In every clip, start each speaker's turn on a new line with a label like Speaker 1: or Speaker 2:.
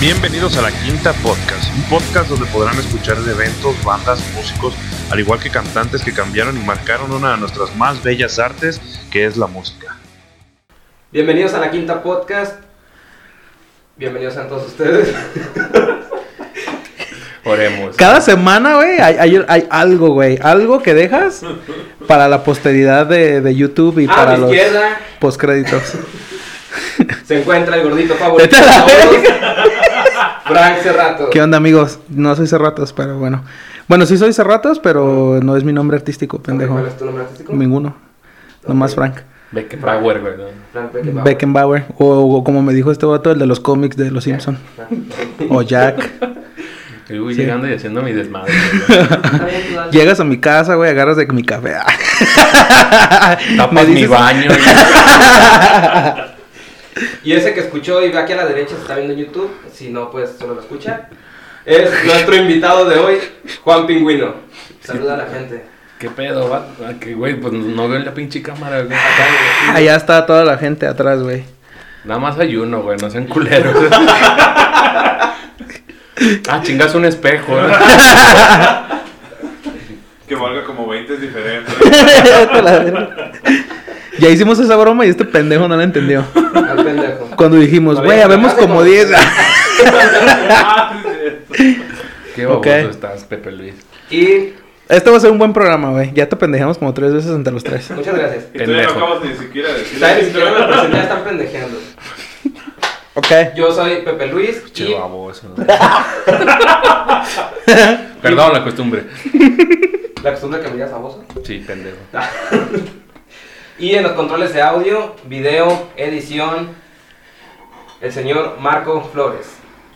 Speaker 1: Bienvenidos a la Quinta Podcast, un podcast donde podrán escuchar de eventos, bandas, músicos, al igual que cantantes que cambiaron y marcaron una de nuestras más bellas artes, que es la música.
Speaker 2: Bienvenidos a la Quinta Podcast. Bienvenidos a todos ustedes.
Speaker 3: Oremos.
Speaker 4: Cada semana, güey, hay, hay- hay algo, güey. Algo que dejas para la posteridad de, de YouTube y
Speaker 2: a
Speaker 4: para
Speaker 2: Ah, mi
Speaker 4: los
Speaker 2: izquierda
Speaker 4: postcréditos.
Speaker 2: se encuentra el gordito favorito.
Speaker 4: Vete a
Speaker 2: de
Speaker 4: la
Speaker 2: todos, Frank Cerrato.
Speaker 4: ¿Qué onda, amigos? No soy Cerratos, pero bueno. Bueno, sí soy Cerratos, pero no es mi nombre artístico, pendejo.
Speaker 2: ¿Cuál es tu nombre artístico?
Speaker 4: Ninguno. Nomás
Speaker 2: Ok.
Speaker 4: Frank.
Speaker 3: Beckenbauer, güey. ¿no?
Speaker 2: Frank Beckenbauer.
Speaker 4: Beckenbauer. O, o como me dijo este vato, el de los cómics de Los Simpson.
Speaker 2: Ah.
Speaker 4: O Jack.
Speaker 3: Y voy
Speaker 4: Sí.
Speaker 3: llegando y haciendo mi desmadre.
Speaker 2: Está bien, tú dale.
Speaker 4: Llegas a mi casa, güey, agarras de mi café.
Speaker 3: güey.
Speaker 4: Me
Speaker 3: Tapas mi
Speaker 4: dices-
Speaker 3: baño. güey.
Speaker 2: Y ese que escuchó y ve aquí a la derecha se está viendo en YouTube. Si no, pues solo lo escucha. Es nuestro invitado de hoy, Juan Pingüino. Saluda a la gente.
Speaker 3: ¿Qué pedo, va? Ah, que, güey, pues no veo la pinche cámara, güey.
Speaker 4: Allá "Ah, está toda la gente atrás, güey.
Speaker 3: Nada más hay uno, güey, no sean culeros. ah, chingas un espejo, güey.
Speaker 1: Que valga como 20 es diferente.
Speaker 4: Vete a la verga. ya hicimos esa broma y este pendejo no la entendió.
Speaker 2: Al pendejo.
Speaker 4: Cuando dijimos, güey, habemos como 10.
Speaker 3: Qué baboso
Speaker 4: Ok.
Speaker 3: estás, Pepe Luis.
Speaker 2: Y
Speaker 4: Este va a ser un buen programa, güey. Ya te pendejamos como tres veces entre los tres.
Speaker 2: muchas gracias.
Speaker 3: Y tú ya no Pendejo. acabas
Speaker 1: ni siquiera de decir
Speaker 2: Ustedes ni siquiera me presenté, ya están pendejeando.
Speaker 4: Ok.
Speaker 2: Yo soy Pepe Luis.
Speaker 3: Che
Speaker 2: y-
Speaker 3: baboso. güey. Perdón la costumbre.
Speaker 2: La costumbre que me digas a vos.
Speaker 3: Sí, pendejo.
Speaker 2: Y en los controles de audio, video, edición, el señor Marco Flores.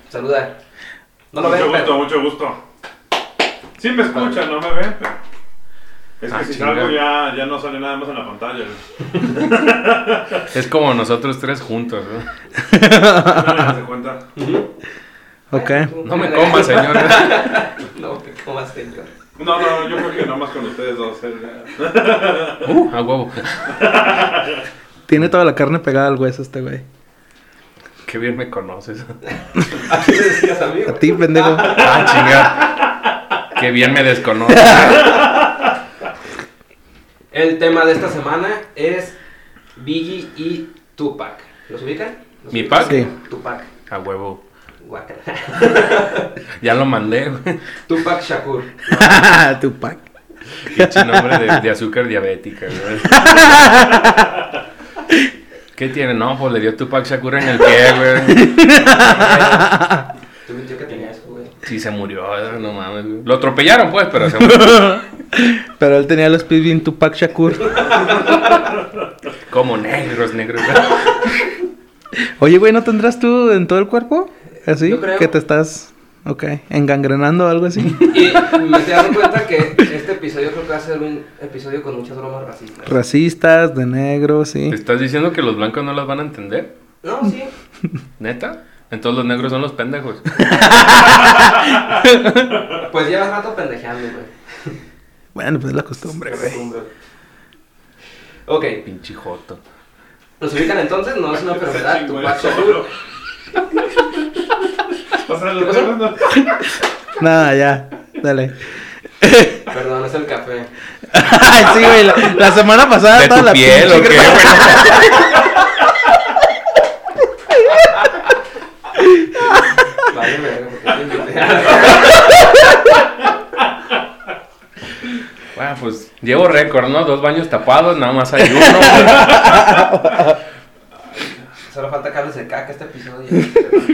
Speaker 2: Saluda. No lo
Speaker 5: mucho
Speaker 2: ven,
Speaker 5: gusto,
Speaker 2: pero
Speaker 5: mucho gusto. Sí me escuchan, no me ven. pero- Es que
Speaker 3: Ah,
Speaker 5: si
Speaker 3: chinga.
Speaker 5: salgo ya, ya no sale nada más en la pantalla.
Speaker 3: Es como nosotros tres juntos, ¿no?
Speaker 5: No se cuenta.
Speaker 4: Ok.
Speaker 3: No me comas, señor.
Speaker 2: no me comas, señor.
Speaker 5: No, no, yo creo que nada más con ustedes dos. eh.
Speaker 3: Uh, a huevo.
Speaker 4: Tiene toda la carne pegada al hueso este, güey.
Speaker 3: Qué bien me conoces.
Speaker 2: ¿A quién le decías a mí?
Speaker 4: A
Speaker 2: güey?
Speaker 4: ti, pendejo.
Speaker 3: Ah, chingar. Qué Ah, bien me desconoce.
Speaker 2: El tema de esta semana es Biggie y Tupac. ¿Los ubican? ¿Los
Speaker 3: ¿Mi
Speaker 2: ubican?
Speaker 3: pack?
Speaker 4: Sí.
Speaker 2: Tupac.
Speaker 3: A huevo.
Speaker 2: Guácala.
Speaker 3: Ya lo mandé, güey.
Speaker 2: Tupac Shakur.
Speaker 4: Tupac.
Speaker 3: Pinche nombre de, de azúcar diabética, güey. ¿Qué tiene? No, pues le dio Tupac Shakur en el pie, güey.
Speaker 2: Tuve un tío que tenía eso, güey.
Speaker 3: Sí, se murió, no mames. güey. Lo atropellaron, pues, pero se murió.
Speaker 4: Pero él tenía los pies bien Tupac Shakur.
Speaker 3: Como negros, negros.
Speaker 4: Oye, güey, ¿no tendrás tú en todo el cuerpo? ¿Así?
Speaker 2: Yo creo.
Speaker 4: Que te estás, ok, engangrenando o algo así.
Speaker 2: Y me estoy dando cuenta que este episodio creo que va a ser un episodio con muchas bromas racistas.
Speaker 4: Racistas, de negros, sí.
Speaker 3: ¿Te estás diciendo que los blancos no las van a entender?
Speaker 2: No, sí.
Speaker 3: ¿Neta? Entonces los negros son los pendejos.
Speaker 2: Pues llevas rato pendejeando, güey.
Speaker 4: Bueno, pues es la costumbre, güey.
Speaker 2: Costumbre. Ok,
Speaker 3: Pinche joto.
Speaker 2: ¿nos ubican entonces? No es una enfermedad, tu
Speaker 5: Chingüey,
Speaker 2: guacho.
Speaker 5: solo. O sea, los demás no.
Speaker 4: Nada, ya. Dale.
Speaker 2: Perdón, es el café.
Speaker 4: Ay, sí, güey. La, la semana pasada
Speaker 3: ¿De
Speaker 4: estaba
Speaker 3: tu
Speaker 4: la
Speaker 3: piel o
Speaker 4: pinche
Speaker 3: qué,
Speaker 4: grasa.
Speaker 3: güey?
Speaker 2: Vale, verga, ¿por qué te invité?
Speaker 3: Bueno, pues llevo récord, ¿no? Dos baños tapados, nada más hay uno. güey.
Speaker 2: Solo falta Carlos de caca este episodio.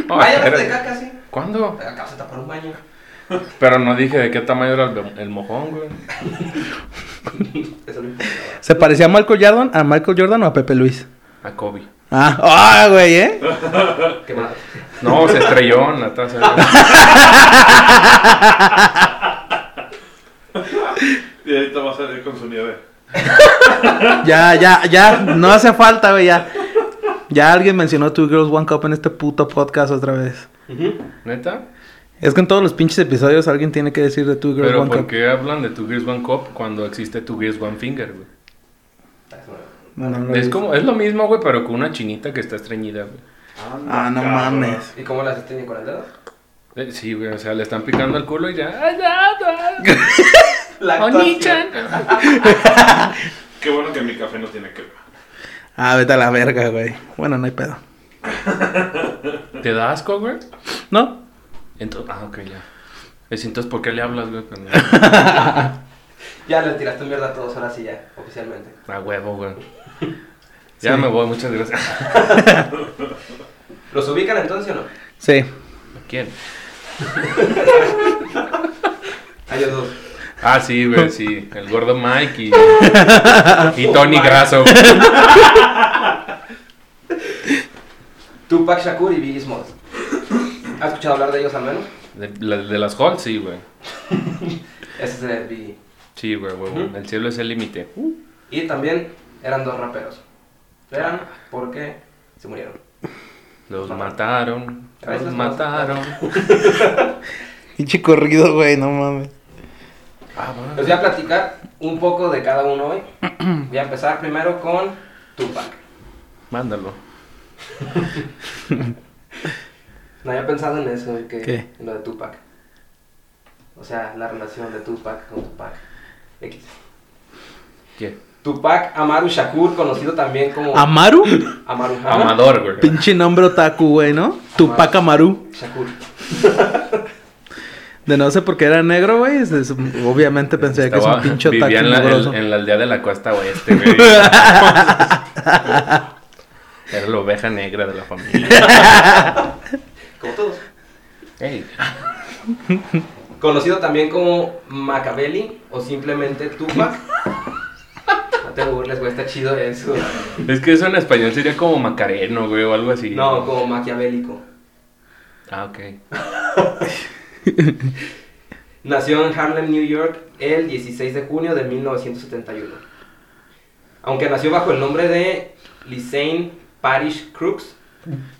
Speaker 3: No,
Speaker 2: Vaya, Carlos de
Speaker 3: espérate.
Speaker 2: caca, sí.
Speaker 3: ¿Cuándo?
Speaker 2: Acabas de tapar un baño.
Speaker 3: Pero no dije de qué tamaño era el, el mojón, güey.
Speaker 2: Eso no importa.
Speaker 4: ¿Se parecía a Michael Jordan, a Michael Jordan o a Pepe Luis?
Speaker 3: A Kobe.
Speaker 4: Ah, ah, güey, ¿eh?
Speaker 2: Qué mal.
Speaker 3: No, se estrelló en la taza. güey.
Speaker 5: Y ahorita va a salir con su nieve.
Speaker 4: Ya, ya, ya. No hace falta, güey, ya. Ya alguien mencionó Two Girls One Cup en este puto podcast otra vez.
Speaker 3: ¿Neta?
Speaker 4: Es que en todos los pinches episodios alguien tiene que decir de Two Girls
Speaker 3: Pero
Speaker 4: One
Speaker 3: ¿por
Speaker 4: Cup.
Speaker 3: qué hablan de tu Gears One Cup cuando existe tu Gears One Finger, güey?
Speaker 4: No, no, no,
Speaker 3: Es
Speaker 4: no.
Speaker 3: como, es lo mismo, güey, pero con una chinita que está estreñida, güey.
Speaker 4: Ah, no mames.
Speaker 2: ¿Y cómo las tienen con el dedo?
Speaker 3: Eh, Sí, güey, o sea, le están picando el culo y ya. ¡Ay, ya, ya!
Speaker 2: Lactación.
Speaker 3: ¡Oni-chan!
Speaker 5: Qué bueno que mi café no tiene crema.
Speaker 4: Ah, vete a la verga, güey. Bueno, no hay pedo.
Speaker 3: ¿Te da asco, güey?
Speaker 4: ¿No?
Speaker 3: Entonces, ah, ok, ya. Es, entonces, ¿por qué le hablas, güey? cuando-
Speaker 2: Ya le tiraste mierda a todos, ahora sí ya, oficialmente.
Speaker 3: A huevo, güey. Ya
Speaker 4: Sí.
Speaker 3: me voy, muchas gracias.
Speaker 2: ¿Los ubican entonces o no?
Speaker 4: Sí.
Speaker 3: ¿Quién?
Speaker 2: A ellos dos.
Speaker 3: Ah, sí, güey, sí. El gordo Mike y, y
Speaker 2: Oh,
Speaker 3: Tony Grasso.
Speaker 2: Tupac Shakur y Biggie Smalls. ¿Has escuchado hablar de ellos al menos?
Speaker 3: De, la- de las Hall, sí, güey.
Speaker 2: Ese es el Biggie.
Speaker 3: Sí, güey, güey. güey. El cielo es el límite.
Speaker 2: Y también eran dos raperos. Eran porque se murieron.
Speaker 3: Los mataron.
Speaker 2: Gracias,
Speaker 3: Los mataron.
Speaker 4: Pinche corrido, güey, no mames.
Speaker 3: Ah, bueno.
Speaker 2: Les voy a platicar un poco de cada uno hoy. Voy a empezar primero con Tupac.
Speaker 3: Mándalo.
Speaker 2: No había pensado en eso, en que,
Speaker 4: ¿Qué?
Speaker 2: en lo de Tupac. O sea, la relación de Tupac con Tupac. X.
Speaker 3: ¿Qué?
Speaker 2: Tupac Amaru Shakur, conocido también como
Speaker 4: ¿Amaru?
Speaker 2: Amaru Ajá.
Speaker 3: Amador, güey.
Speaker 4: Pinche nombre otaku, güey, ¿no? Tupac Amaru.
Speaker 2: Shakur.
Speaker 4: De no sé por qué era negro, güey. es- es- Obviamente pensé que es
Speaker 3: Estaba-
Speaker 4: un pinche otaku
Speaker 3: Vivía en la,
Speaker 4: mugroso.
Speaker 3: en- en la aldea de la costa oeste, güey. Era la oveja negra de la familia.
Speaker 2: Como todos.
Speaker 3: Ey.
Speaker 2: Conocido también como Macabelli o simplemente Tupac. No te burles, güey, está chido eso.
Speaker 3: Es que eso en español sería como Macareno, güey, o algo así.
Speaker 2: No, como maquiavélico.
Speaker 3: Ah, ok.
Speaker 2: Nació en Harlem, New York, el 16 de junio de 1971. Aunque nació bajo el nombre de Lisaine Parish Crooks,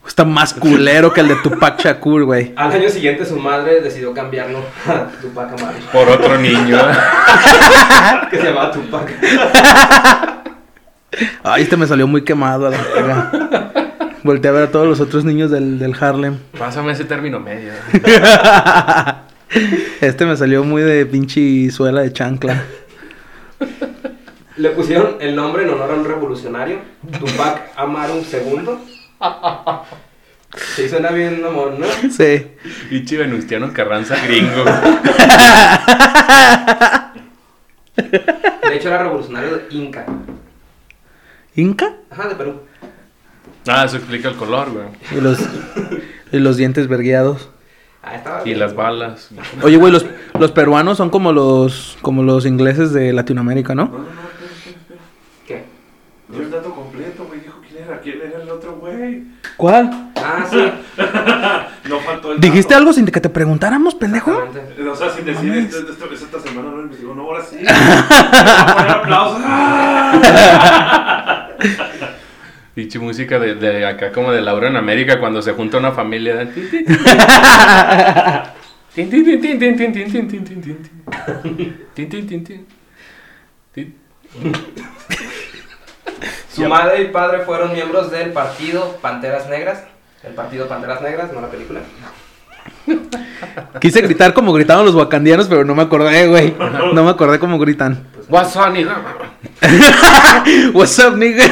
Speaker 4: Está más culero que el de Tupac Shakur, güey.
Speaker 2: al año siguiente su madre decidió cambiarlo a Tupac Amaru,
Speaker 3: Por otro niño.
Speaker 2: que se llamaba Tupac.
Speaker 4: Ay, este me salió muy quemado a la verga. Volté a ver a todos los otros niños del, del Harlem.
Speaker 3: Pásame ese término medio.
Speaker 4: Este me salió muy de pinche suela de chancla.
Speaker 2: Le pusieron el nombre en honor a un revolucionario, Tupac Amaru II. Sí, suena bien, amor, ¿no?
Speaker 4: Sí.
Speaker 3: Pichi Venustiano Carranza gringo.
Speaker 2: De hecho, era revolucionario de Inca.
Speaker 4: ¿Inca?
Speaker 2: Ajá, de Perú.
Speaker 3: Ah, eso explica el color, güey.
Speaker 4: Y los, y los dientes vergueados.
Speaker 2: Ah, estaba
Speaker 3: Y
Speaker 2: bien.
Speaker 3: las balas.
Speaker 4: Oye, güey, los, los peruanos son como los, como los ingleses de Latinoamérica, ¿no?
Speaker 5: No, no, no, espera, espera, espera.
Speaker 2: ¿Qué?
Speaker 5: Dio el dato completo, güey. Dijo quién era, quién era el otro güey.
Speaker 4: ¿Cuál?
Speaker 2: Ah, sí.
Speaker 5: No faltó el
Speaker 4: ¿Dijiste
Speaker 5: dato.
Speaker 4: algo sin que te preguntáramos, pendejo?
Speaker 2: Exactamente.
Speaker 5: O sea, sin decir esto, esto, esto- esta semana no investigó, no, ahora sí. Voy a poner aplausos. ¡Ah!
Speaker 3: Pichi música de, de acá como de Laura en América cuando se junta una familia. dan tin, tin, tin, tin, tin, tin, tin, tin, tin, tin, tin, tin, tin. Tin, tin, tin, tin. Tin.
Speaker 2: Su madre y padre fueron miembros del partido Panteras Negras. El partido Panteras Negras, no la película.
Speaker 4: Quise gritar como gritaban los wakandianos, pero no me acordé, güey.
Speaker 3: Ah,
Speaker 4: No me acordé cómo gritan.
Speaker 3: What's on it? Ah,
Speaker 4: What's up, nigga?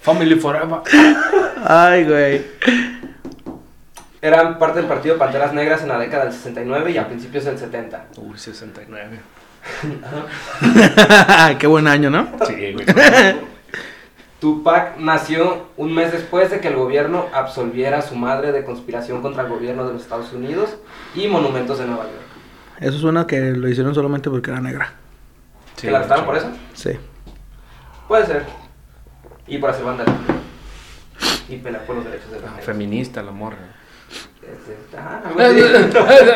Speaker 3: Family forever.
Speaker 4: Ay, güey.
Speaker 2: Eran parte del partido Panteras Negras en la década del 69 y a principios del 70.
Speaker 3: Uy, 69.
Speaker 4: Qué buen año, ¿no?
Speaker 3: Sí, güey.
Speaker 2: Tupac nació un mes después de que el gobierno absolviera a su madre de conspiración contra el gobierno de los Estados Unidos y monumentos de Nueva York.
Speaker 4: Eso suena que lo hicieron solamente porque era negra.
Speaker 3: Sí,
Speaker 2: ¿Que la
Speaker 3: güey,
Speaker 2: arrestaron
Speaker 3: sí.
Speaker 2: por eso?
Speaker 4: Sí.
Speaker 2: Puede ser. Y por hacer vandalismo. Y pelar por los derechos de la
Speaker 3: Ah,
Speaker 2: gente.
Speaker 3: Feminista la morra.
Speaker 2: Este, ah,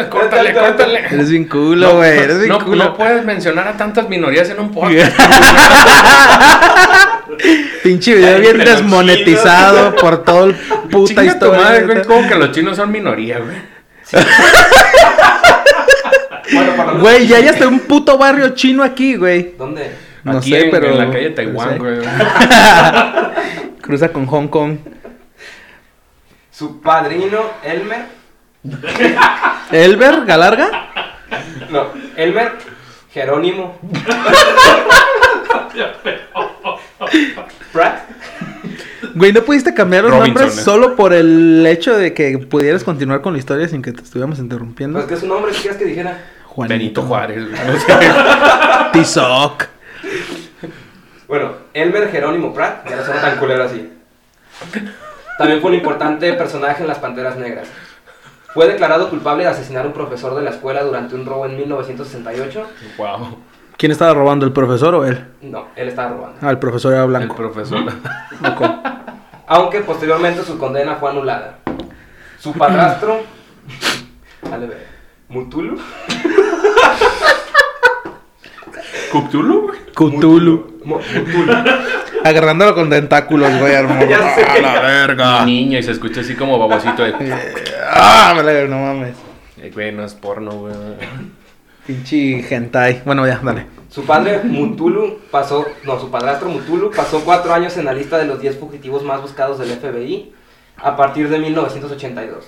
Speaker 3: Córtale, córtale.
Speaker 4: Eres bien culo, güey. Eres bien
Speaker 3: no,
Speaker 4: culo.
Speaker 3: no puedes mencionar a tantas minorías en un podcast.
Speaker 4: Pinche video
Speaker 5: Ay,
Speaker 4: bien
Speaker 5: pero
Speaker 4: desmonetizado por todo el puta
Speaker 3: Chinga tu
Speaker 4: historia.
Speaker 3: madre, güey.
Speaker 4: neta.
Speaker 3: Como que los chinos son minoría, güey.
Speaker 2: Bueno, por lo menos-
Speaker 4: Güey, ya hay hasta un puto barrio chino aquí, güey.
Speaker 2: ¿Dónde?
Speaker 4: No
Speaker 3: Aquí
Speaker 4: sé,
Speaker 3: en,
Speaker 4: pero-
Speaker 3: en la calle
Speaker 4: pero
Speaker 3: Taiwán,
Speaker 4: sí.
Speaker 3: güey.
Speaker 4: Cruza con Hong Kong.
Speaker 2: Su padrino, Elmer.
Speaker 4: ¿Elber Galarga?
Speaker 2: No, Elmer Jerónimo. Pratt.
Speaker 4: Güey, ¿no pudiste cambiar los
Speaker 3: Robinson,
Speaker 4: nombres
Speaker 3: eh.
Speaker 4: solo por el hecho de que pudieras continuar con la historia sin que te estuviéramos interrumpiendo?
Speaker 2: Pues que su nombre, ¿qué quieres que dijera?
Speaker 4: Juanito
Speaker 3: Benito Juárez, güey. No sé.
Speaker 4: Tizoc.
Speaker 2: Bueno, Elmer Jerónimo Pratt, ya no suena tan culero así. También fue un importante personaje en las Panteras Negras. Fue declarado culpable de asesinar a un profesor de la escuela durante un robo en 1968.
Speaker 3: Wow.
Speaker 4: ¿Quién estaba robando, el profesor o él?
Speaker 2: No, él estaba robando.
Speaker 4: Ah, el profesor era
Speaker 3: El
Speaker 4: blanco.
Speaker 3: profesor.
Speaker 2: Aunque posteriormente su condena fue anulada. Su padrastro, dale ver, Mutulu,
Speaker 5: ¿Cthulhu, güey?
Speaker 4: Cthulhu.
Speaker 2: Mu- Mutulu,
Speaker 4: Agarrándolo con tentáculos, güey, hermano.
Speaker 2: Ya sé.
Speaker 4: A la verga.
Speaker 3: Niño, y se escucha así como babosito de.
Speaker 4: Ah, me la- no mames.
Speaker 3: Eh, Güey, no es porno, güey.
Speaker 4: Pinche hentai. Bueno, ya, dale.
Speaker 2: su padre Mutulu pasó, no, su padrastro Mutulu pasó cuatro años en la lista de los 10 fugitivos más buscados del FBI a partir de 1982.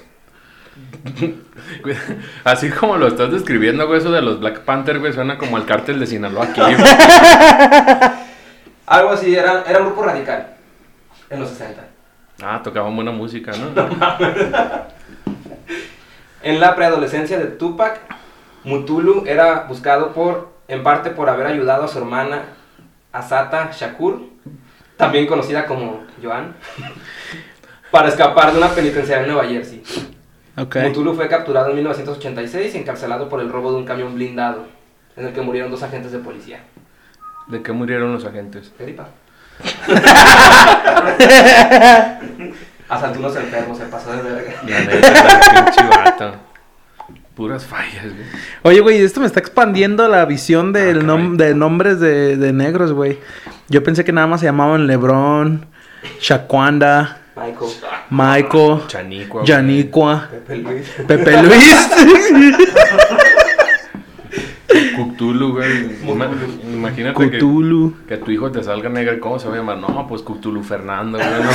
Speaker 3: Güey, Así como lo estás describiendo, güey, eso de los Black Panther, güey, suena como al cártel de Sinaloa aquí, güey.
Speaker 2: Algo así, era, era un grupo radical en los 60.
Speaker 3: Ah, tocaban buena música, ¿no?
Speaker 2: En la preadolescencia de Tupac, Mutulu era buscado por, en parte por haber ayudado a su hermana Asata Shakur, también conocida como Joan, para escapar de una penitenciaria en Nueva Jersey.
Speaker 4: Ok.
Speaker 2: Mutulu fue capturado en 1986 y encarcelado por el robo de un camión blindado, en el que murieron dos agentes de policía.
Speaker 3: ¿De qué murieron los agentes?
Speaker 2: Gripa. Asaltó unos enfermos, se pasó de verga.
Speaker 3: La neta, pinche vato. Puras fallas, güey.
Speaker 4: Oye, güey, esto me está expandiendo la visión del
Speaker 3: Ah,
Speaker 4: nom- de nombres de, de negros, güey. Yo pensé que nada más se llamaban Lebron, Shaquanda,
Speaker 2: Michael,
Speaker 4: Michael,
Speaker 3: Chanico. güey.
Speaker 4: Yaniqua,
Speaker 2: Pepe Luis.
Speaker 4: Pepe Luis,
Speaker 3: Cthulhu, güey. Ima- Imagínate que,
Speaker 4: Cthulhu.
Speaker 3: que tu hijo te salga negro. ¿Cómo se va a llamar? No, pues Cthulhu Fernando, güey. no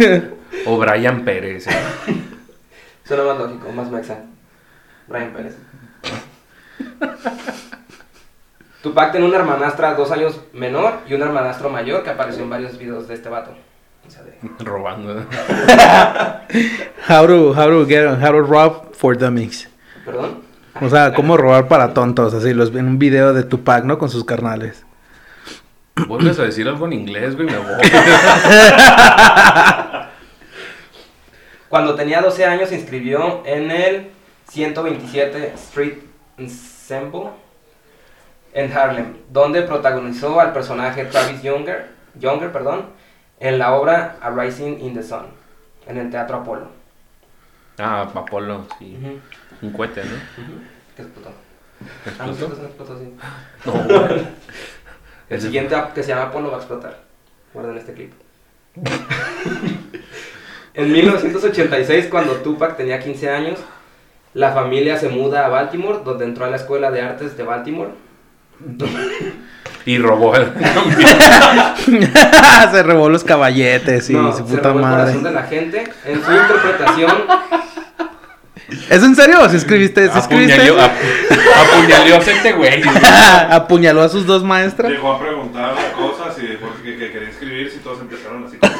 Speaker 3: sé. o Brian Pérez. eh.
Speaker 2: Suena más lógico, más mexa. Brian Pérez. Tupac tenía una hermanastra dos años menor y un hermanastro mayor que apareció en varios videos de este vato. O sea, de-
Speaker 3: Robando.
Speaker 4: How to, how to get, how to rob for dummies.
Speaker 2: ¿Perdón?
Speaker 4: O sea, cómo robar para tontos, así, los en un video de Tupac, ¿no? Con sus carnales.
Speaker 3: Vuelves a decir algo en inglés, güey, me voy.
Speaker 2: Cuando tenía 12 años se inscribió en el 127 Street Ensemble en Harlem, donde protagonizó al personaje Travis Younger, Younger perdón, en la obra A Rising in the Sun, en el Teatro Apolo.
Speaker 3: Ah, Apolo, sí.
Speaker 2: Ujú.
Speaker 3: Un cohete, ¿no?
Speaker 2: ¿Qué explotó? Ah, no,
Speaker 3: ¿Explotó?
Speaker 2: sí, explotó, sí.
Speaker 3: No, güey.
Speaker 2: El
Speaker 3: Ese-
Speaker 2: siguiente app que se llama Apolo va a explotar. Guarden este clip. en 1986, cuando Tupac tenía 15 años, la familia se muda a Baltimore, donde entró a la Escuela de Artes de Baltimore.
Speaker 3: Y robó. el-
Speaker 4: se robó los caballetes y
Speaker 2: No,
Speaker 4: su
Speaker 2: se
Speaker 4: puta
Speaker 2: robó el corazón de
Speaker 4: madre.
Speaker 2: la gente. En su interpretación,
Speaker 4: ¿Es en serio? ¿Si escribiste? ¿Sí escribiste?
Speaker 3: Apuñaló, apu- apuñaló a este güey.
Speaker 4: Apuñaló a sus dos maestras.
Speaker 5: Llegó a preguntar cosas y dejó que, que quería escribir si todos empezaron así. como-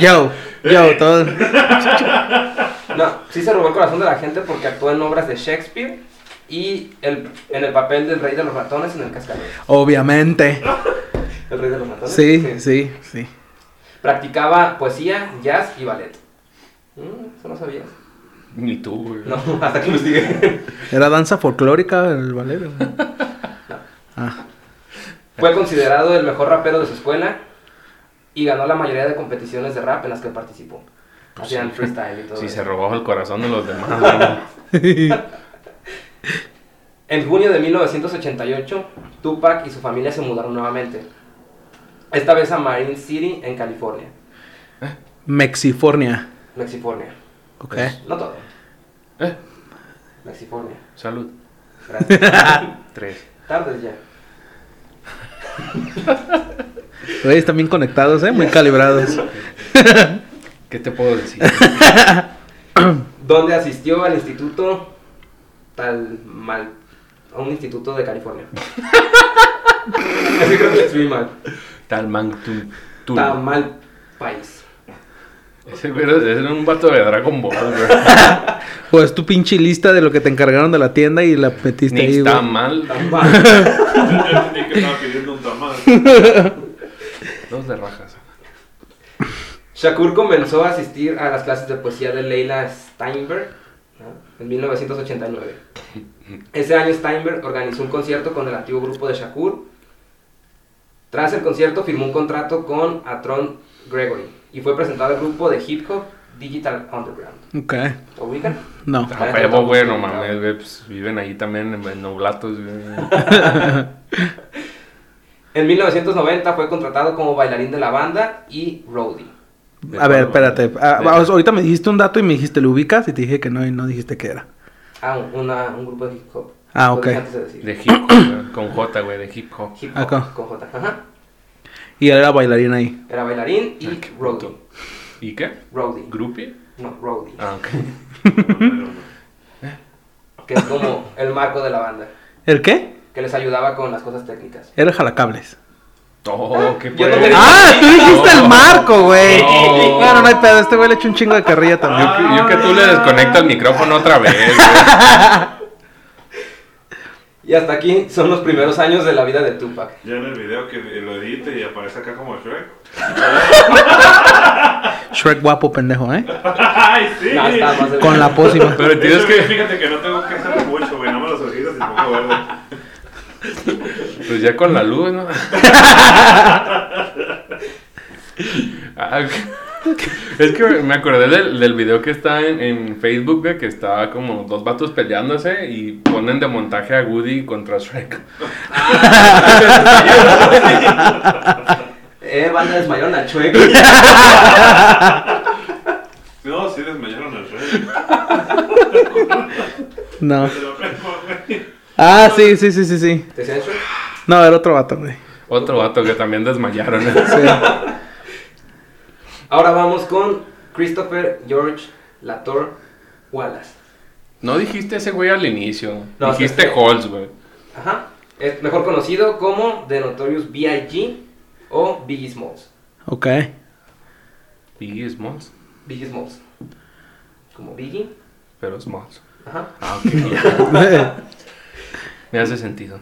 Speaker 4: Yo, yo, todo.
Speaker 2: no, sí se robó el corazón de la gente porque actuó en obras de Shakespeare y el- en el papel del Rey de los Ratones en el Cascabel.
Speaker 4: Obviamente.
Speaker 2: ¿El Rey de los Ratones?
Speaker 4: Sí, sí, sí.
Speaker 2: Practicaba poesía, jazz y ballet. Mm, eso no sabía.
Speaker 3: Ni tú, güey.
Speaker 2: No, hasta que investigué.
Speaker 4: Era danza folclórica el valero. Ah,
Speaker 2: Fue considerado el mejor rapero de su escuela y ganó la mayoría de competiciones de rap en las que participó. Hacían freestyle y todo.
Speaker 3: Pues Sí,
Speaker 2: eso.
Speaker 3: se robó el corazón de los demás. güey.
Speaker 2: En junio de 1988, Tupac y su familia se mudaron nuevamente. Esta vez a Marine City, en California.
Speaker 4: Mexifornia.
Speaker 2: Mexifornia.
Speaker 4: Ok.
Speaker 3: Pues-
Speaker 2: No todo.
Speaker 3: Eh,
Speaker 2: Mexifornia.
Speaker 3: salud.
Speaker 2: Gracias.
Speaker 3: Tres.
Speaker 2: Tardes ya.
Speaker 4: Güey, están bien conectados, ¿eh? Muy calibrados.
Speaker 3: ¿Qué te puedo decir?
Speaker 2: Donde asistió al instituto tal mal. A un instituto de California. Así creo que lo escribí mal.
Speaker 3: Talmanctum.
Speaker 2: Tan mal país.
Speaker 3: Ese güey era ese era un vato de Dragon Ball, güey.
Speaker 4: Pues tu pinche lista de lo que te encargaron de la tienda y la metiste
Speaker 3: Ni
Speaker 4: ahí,
Speaker 3: está
Speaker 4: güey.
Speaker 3: mal.
Speaker 2: Tan mal.
Speaker 5: Yo entendí que estaba pidiendo un tamal.
Speaker 3: Dos de rajas.
Speaker 2: Shakur comenzó a asistir a las clases de poesía de Leila Steinberg ¿no? en 1989. Ese año Steinberg organizó un concierto con el antiguo grupo de Shakur. Tras el concierto firmó un contrato con Atron Gregory y fue presentado al grupo de hip hop Digital Underground.
Speaker 4: Ok,
Speaker 2: ¿Lo ubican?
Speaker 4: no.
Speaker 3: A huevo, Ah, güey, no mames, güey. Pues viven ahí también en Noblatos, güey.
Speaker 2: En 1990 fue contratado como bailarín de la banda y roadie.
Speaker 4: A ver, espérate. Ah, ah, ahorita me dijiste un dato y me dijiste, ¿lo ubicas? Y te dije que no y no dijiste qué era.
Speaker 2: Ah, un- una- un grupo de hip hop.
Speaker 4: Ah,
Speaker 2: Lo dije
Speaker 4: ok.
Speaker 2: antes de decir.
Speaker 3: De hip hop, güey, Con J, güey, de hip hop.
Speaker 2: Hip
Speaker 4: Acá.
Speaker 2: hop con J. Ajá.
Speaker 4: Y él era bailarín ahí.
Speaker 2: Era bailarín y
Speaker 3: Ay, Ah, qué
Speaker 2: roadie.
Speaker 3: puto. ¿Y qué?
Speaker 2: Roadie.
Speaker 3: ¿Groupie?
Speaker 2: No, roadie.
Speaker 3: Ah, ok.
Speaker 2: Que es como el marco de la banda.
Speaker 4: ¿El qué?
Speaker 2: Que les ayudaba con las cosas técnicas.
Speaker 4: Era el jalacables.
Speaker 3: Todo, qué
Speaker 2: yo no
Speaker 3: pues.
Speaker 2: te-
Speaker 4: ¡Ah! Tú dijiste el marco, güey.
Speaker 3: No.
Speaker 4: Bueno, no hay pedo. Este güey le echó un chingo de carrilla
Speaker 3: Yo,
Speaker 4: también.
Speaker 3: que- yo que tú le desconectas el micrófono otra vez, güey.
Speaker 2: Y hasta aquí son los primeros años de la vida de Tupac.
Speaker 5: Ya en el video que lo edite y aparece acá como Shrek.
Speaker 4: Shrek guapo, pendejo, ¿eh?
Speaker 5: ¡Ay, sí!
Speaker 2: No, está más de-
Speaker 4: Con la pócima.
Speaker 3: Pero
Speaker 5: Eso,
Speaker 3: tienes
Speaker 5: güey,
Speaker 3: que.
Speaker 5: Fíjate que no tengo que hacer mucho, güey. Nada más las orejitas y poco verde.
Speaker 3: Pues ya con la luz, ¿no? Ah, ok. es que me acordé del, del video que está en, en Facebook, güey, que está como dos vatos peleándose y ponen de montaje a Woody contra Shrek.
Speaker 2: Eh, banda desmayaron al chueco.
Speaker 5: No, sí desmayaron al Shrek.
Speaker 4: No.
Speaker 5: Te lo prendo, güey.
Speaker 4: Ah, sí, sí, sí, sí, sí.
Speaker 2: ¿Te decían Shrek?
Speaker 4: No, era otro vato, güey.
Speaker 3: Otro vato que también desmayaron.
Speaker 4: Sí.
Speaker 2: Ahora vamos con Christopher George Lator Wallace.
Speaker 3: No dijiste ese güey al inicio.
Speaker 2: No,
Speaker 3: dijiste
Speaker 2: sí, sí.
Speaker 3: Halls, güey.
Speaker 2: Ajá. Es mejor conocido como The Notorious B.I.G. o Biggie Smalls.
Speaker 4: Ok.
Speaker 3: Biggie Smalls.
Speaker 2: Biggie Smalls. Como Biggie.
Speaker 3: Pero Smalls.
Speaker 2: Ajá.
Speaker 3: Ah, ok. me hace sentido.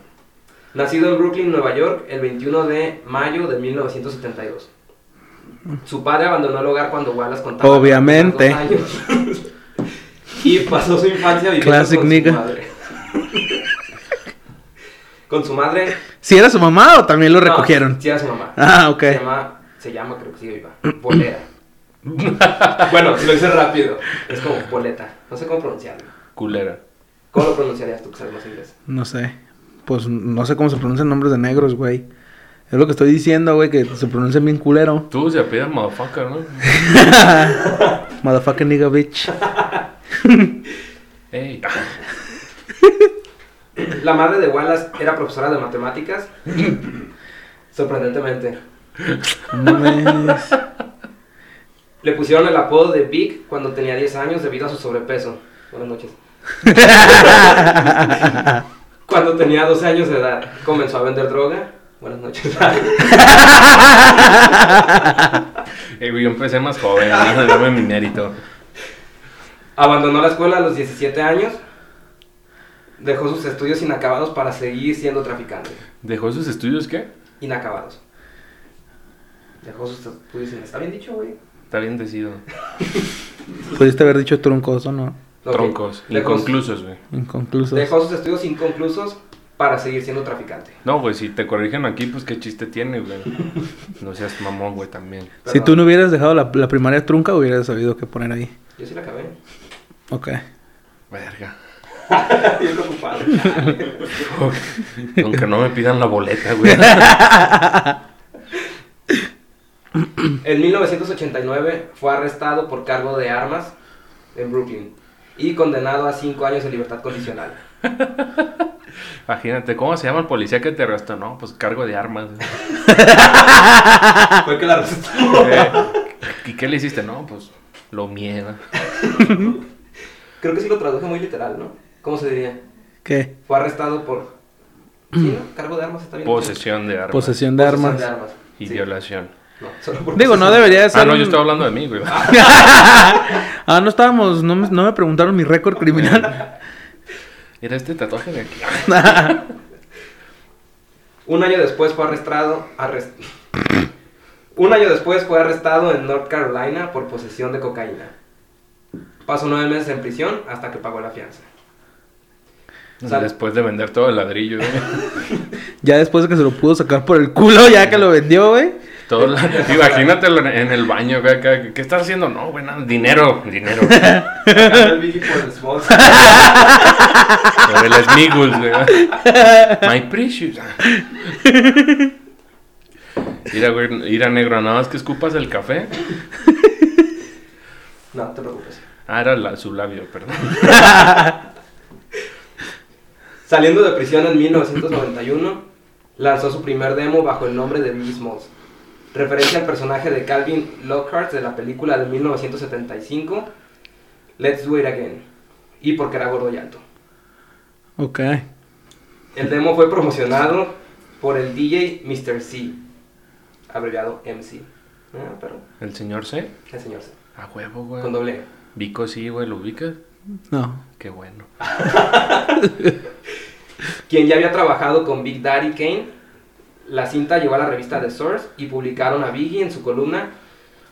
Speaker 2: Nacido en Brooklyn, Nueva York, el 21 de mayo de 1972. Su padre abandonó el hogar cuando Wallace contaba con
Speaker 4: Obviamente.
Speaker 2: dos años. y pasó su infancia viviendo
Speaker 4: Classic
Speaker 2: con
Speaker 4: nigga.
Speaker 2: su madre. con su madre.
Speaker 4: ¿Si era su mamá o también lo
Speaker 2: no,
Speaker 4: recogieron?
Speaker 2: sí era su mamá.
Speaker 4: Ah, ok.
Speaker 2: Se llama, se llama, creo que sigue viva. Bolera. bueno, lo hice rápido. Es como boleta. No sé cómo pronunciarlo.
Speaker 3: Culera.
Speaker 2: ¿Cómo lo pronunciarías tú que sabes más inglés?
Speaker 4: No sé. Pues no sé cómo se pronuncian nombres de negros, güey. Es lo que estoy diciendo, güey, que se pronuncian bien culero.
Speaker 3: Tú se apellidas motherfucker, ¿no?
Speaker 4: Motherfucking nigga bitch.
Speaker 3: Ey.
Speaker 2: La madre de Wallace era profesora de matemáticas. Sorprendentemente.
Speaker 4: No mames.
Speaker 2: Le pusieron el apodo de Big cuando tenía 10 años debido a su sobrepeso. Buenas noches. Cuando tenía 12 años de edad, comenzó a vender droga. Buenas noches.
Speaker 3: Ey, Eh, güey, yo empecé más joven, ¿no? dame mi mérito.
Speaker 2: Abandonó la escuela a los 17 años. Dejó sus estudios inacabados para seguir siendo traficante.
Speaker 3: ¿Dejó sus estudios qué?
Speaker 2: Inacabados. Dejó sus estudios inacabados. ¿Está bien dicho, güey?
Speaker 3: Está bien decidido.
Speaker 4: Pudiste haber dicho troncoso, ¿no?
Speaker 2: Ok.
Speaker 3: Troncos,
Speaker 2: Dejó-
Speaker 3: inconclusos, güey.
Speaker 4: Inconcluso.
Speaker 2: Dejó sus estudios inconclusos para seguir siendo traficante.
Speaker 3: No, güey, si te corrigen aquí, pues qué chiste tiene, güey. No seas mamón, güey, también.
Speaker 4: Si tú no hubieras dejado la, la primaria trunca, hubieras sabido qué poner ahí.
Speaker 2: Yo sí la acabé.
Speaker 4: Ok.
Speaker 3: Verga.
Speaker 2: Bien preocupado.
Speaker 3: Aunque no me pidan la boleta, güey.
Speaker 2: En 1989 fue arrestado por cargo de armas en Brooklyn y condenado a 5 años de libertad condicional.
Speaker 3: Imagínate, ¿cómo se llama el policía que te arrestó? No, pues cargo de armas.
Speaker 4: Ah.
Speaker 2: Fue que la arrestó.
Speaker 3: Eh, ¿Y qué le hiciste? No, pues lo miedo.
Speaker 2: Creo que sí lo traduje muy literal, ¿no? ¿Cómo se diría?
Speaker 4: ¿Qué?
Speaker 2: Fue arrestado por. ¿Sí, no? Cargo de armas está bien.
Speaker 3: Posesión de armas.
Speaker 4: Posesión Mm. de armas.
Speaker 3: Y
Speaker 2: Sí.
Speaker 3: violación.
Speaker 2: No, solo por
Speaker 4: Digo, no
Speaker 2: posesión.
Speaker 4: debería de ser.
Speaker 3: Ah, no,
Speaker 4: un-
Speaker 3: yo estaba hablando de mí, güey.
Speaker 4: Ah, no estábamos. No me, no me preguntaron mi récord criminal.
Speaker 3: Mira este tatuaje de aquí.
Speaker 2: Un año después fue arrestado. arres- Un año después fue arrestado en North Carolina por posesión de cocaína. Pasó nueve meses en prisión hasta que pagó la fianza. Sal-
Speaker 3: Después de vender todo el ladrillo, güey.
Speaker 4: ya después de que se lo pudo sacar por el culo, ya que lo vendió, güey.
Speaker 3: Todo la- Imagínatelo en- en el baño, güey. acá, ¿Qué estás haciendo? No, güey, nada. Dinero, dinero. Pero
Speaker 2: Ganó el Biggie por el Smalls.
Speaker 3: el Smiggles, güey. My precious. Mira, güey, mira, negro, nada más que escupas el café.
Speaker 2: No, te preocupes.
Speaker 3: Ah, era la- su labio, perdón.
Speaker 2: Saliendo de prisión en 1991, lanzó su primer demo bajo el nombre de Biggie Smalls, referencia al personaje de Calvin Lockhart de la película de 1975, Let's Do It Again, y porque era gordo y alto.
Speaker 4: Ok.
Speaker 2: El demo fue promocionado por el DJ Mr. C, abreviado MC. Ah, pero
Speaker 3: El señor C.
Speaker 2: el señor C,
Speaker 3: A huevo, güey.
Speaker 2: con doble E.
Speaker 3: Vico sí, güey, lo ubicas.
Speaker 4: No.
Speaker 3: Qué bueno.
Speaker 2: Quien ya había trabajado con Big Daddy Kane, la cinta llegó a la revista The Source y publicaron a Biggie en su columna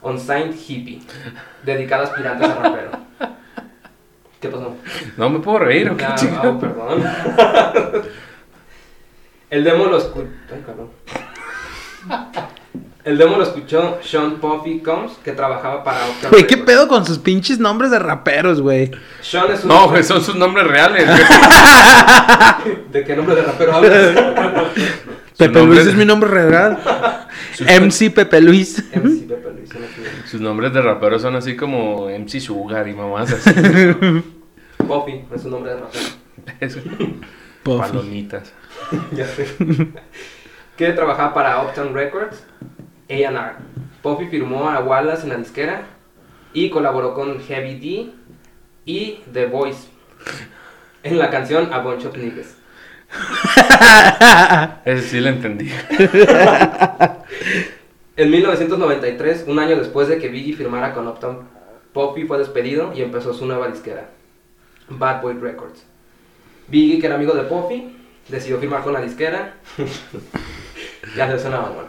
Speaker 2: Unsigned Hippie, dedicada a aspirantes a rapero. ¿Qué pasó?
Speaker 3: No me puedo reír, ¿o qué
Speaker 2: Ah,
Speaker 3: chingado?
Speaker 2: ah, perdón. El demo lo escuchó. El demo lo escuchó Sean Puffy Combs, que trabajaba para Octa
Speaker 4: Güey, ¿qué
Speaker 2: Records.
Speaker 4: pedo con sus pinches nombres de raperos, güey?
Speaker 2: Sean es un.
Speaker 3: No, güey, son sus nombres reales. güey.
Speaker 2: ¿De qué nombre de rapero hablas?
Speaker 4: Pepe
Speaker 3: nombre
Speaker 4: Luis
Speaker 3: de-
Speaker 4: es mi nombre real. MC Pepe Luis.
Speaker 2: MC Pepe Luis, no sé.
Speaker 3: Sus nombres de raperos son así como MC Sugar y mamás así.
Speaker 2: Puffy es un nombre de rapero.
Speaker 3: Eso.
Speaker 4: Puffy.
Speaker 3: Palomitas.
Speaker 2: Ya sé. que trabajaba para Uptown Records, A&R. Puffy firmó a Wallace en la disquera y colaboró con Heavy D y The Voice en la canción A Bunch of Niggas.
Speaker 3: Ese sí lo entendí.
Speaker 2: En 1993, un año después de que Biggie firmara con Uptown, Puffy fue despedido y empezó su nueva disquera, Bad Boy Records. Biggie, que era amigo de Puffy, decidió firmar con la disquera. ya se suena mamón.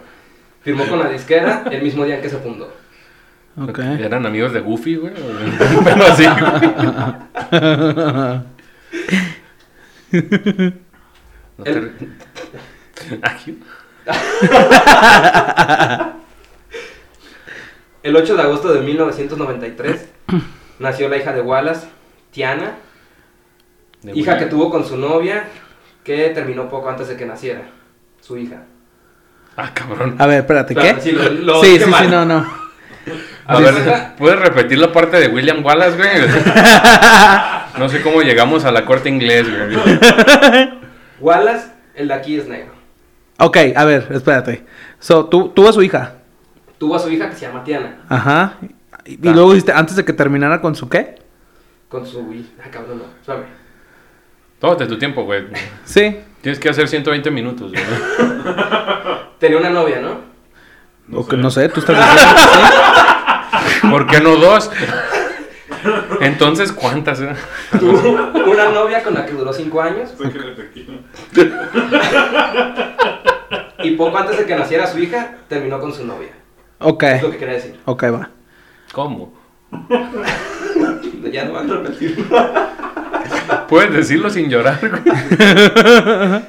Speaker 2: Firmó con la disquera el mismo día en que se fundó.
Speaker 4: Ok.
Speaker 3: Eran amigos de Goofy, güey. Pero así. güey. No te
Speaker 2: El-
Speaker 3: ri- Ay,
Speaker 2: El 8 de agosto de 1993 nació la hija de Wallace, Tiana,
Speaker 3: de
Speaker 2: hija
Speaker 3: Goofy.
Speaker 2: que tuvo con su novia, que terminó poco antes de que naciera, su hija.
Speaker 3: Ah, cabrón.
Speaker 4: A ver, espérate,
Speaker 2: Claro,
Speaker 4: ¿qué?
Speaker 2: sí, lo- lo
Speaker 4: sí,
Speaker 2: dije
Speaker 4: sí, sí,
Speaker 2: mal.
Speaker 4: no, no.
Speaker 3: A
Speaker 2: Ah, Sí,
Speaker 3: ver,
Speaker 2: sí.
Speaker 3: ¿puedes repetir la parte de William Wallace, güey? No sé cómo llegamos a la corte inglés, güey.
Speaker 2: Wallace, el de aquí es negro.
Speaker 4: Ok, a ver, espérate. So, tú, tú a su hija.
Speaker 2: Tuvo a su hija que se llama Tiana,
Speaker 4: Ajá. Y, y
Speaker 3: Ah.
Speaker 4: luego dijiste, antes de que terminara con su qué?
Speaker 2: con su hija. Ah, cabrón, no, espérame.
Speaker 3: Tómate tu tiempo, güey.
Speaker 4: Sí.
Speaker 3: Tienes que hacer 120 minutos, güey.
Speaker 2: Tenía una novia, ¿no?
Speaker 4: No, o que, no sé, tú estás diciendo.
Speaker 3: ¿Por qué no dos? Entonces, ¿cuántas? eh?
Speaker 2: Tuvo una novia con la que duró 5 años
Speaker 5: Sáquenle tequila.
Speaker 2: y poco antes de que naciera su hija, terminó con su novia.
Speaker 4: Ok.
Speaker 2: Es lo que quería decir.
Speaker 4: Ok, va.
Speaker 3: ¿Cómo?
Speaker 2: Ya no van a repetir.
Speaker 4: Eh.
Speaker 3: Puedes decirlo sin llorar, güey.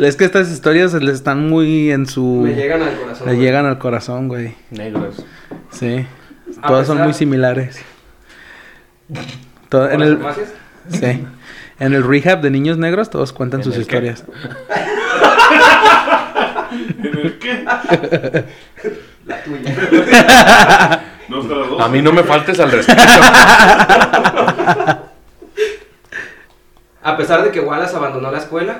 Speaker 4: Es que estas historias les están muy en su.
Speaker 2: Me llegan al corazón.
Speaker 4: Le
Speaker 2: güey.
Speaker 4: llegan al corazón, güey.
Speaker 3: Negros.
Speaker 4: Sí.
Speaker 2: A
Speaker 4: Todas son
Speaker 2: pesar-
Speaker 4: muy similares. Todo-
Speaker 2: ¿Con
Speaker 4: en
Speaker 2: las
Speaker 4: el,
Speaker 2: farmacias?
Speaker 4: sí. En el rehab de niños negros todos cuentan
Speaker 3: ¿En
Speaker 4: sus
Speaker 3: el qué?
Speaker 4: historias.
Speaker 5: ¿En el qué?
Speaker 2: La tuya.
Speaker 5: No está la dos.
Speaker 3: A mí no me faltes al respeto.
Speaker 2: A pesar de que Wallace abandonó la escuela,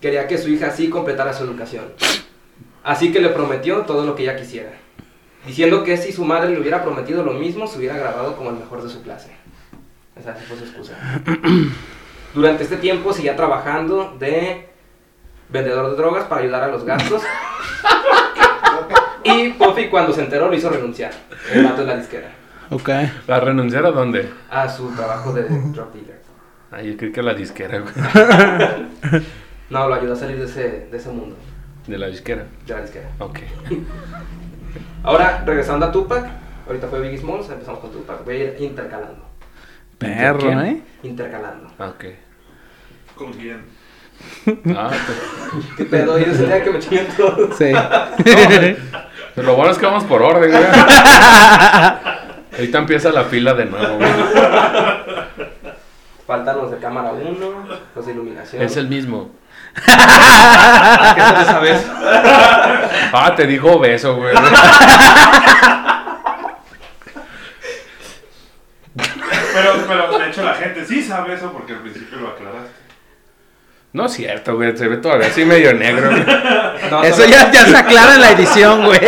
Speaker 2: quería que su hija sí completara su educación. Así que le prometió todo lo que ella quisiera, diciendo que si su madre le hubiera prometido lo mismo, se hubiera graduado como el mejor de su clase. Esa fue su excusa. Durante este tiempo seguía trabajando de vendedor de drogas para ayudar a los gastos. Y Puffy cuando se enteró lo hizo renunciar. El vato de la disquera.
Speaker 4: Ok.
Speaker 3: ¿La renunciar a dónde?
Speaker 2: A su trabajo de drug dealer.
Speaker 3: Ah, yo creo que a la disquera, güey.
Speaker 2: No, lo ayudó a salir de ese, de ese mundo.
Speaker 3: De la disquera.
Speaker 2: De la disquera.
Speaker 3: Ok.
Speaker 2: Ahora, regresando a Tupac. Ahorita fue Biggie Smalls, empezamos con Tupac. Voy a ir intercalando.
Speaker 4: Perro, ¿eh?
Speaker 2: Intercalando.
Speaker 3: Ah, Ok.
Speaker 5: ¿Con quién?
Speaker 3: Ah, te-
Speaker 2: ¿Qué pedo? Yo tenía que me chinguen todos.
Speaker 4: Sí.
Speaker 3: pero lo bueno es que vamos por orden, güey. Ahorita empieza la fila de nuevo, güey.
Speaker 2: Faltan los de cámara 1, los de iluminación.
Speaker 3: Es el mismo.
Speaker 2: ¿Qué te lo sabes?
Speaker 3: Ah, te dijo beso, güey.
Speaker 5: Pero, pero de hecho la gente sí sabe eso porque al principio lo aclaraste.
Speaker 3: No es cierto, güey. Se ve todavía así medio negro, güey.
Speaker 2: No,
Speaker 4: Eso
Speaker 2: solo-
Speaker 4: ya, ya se aclara en la edición, güey.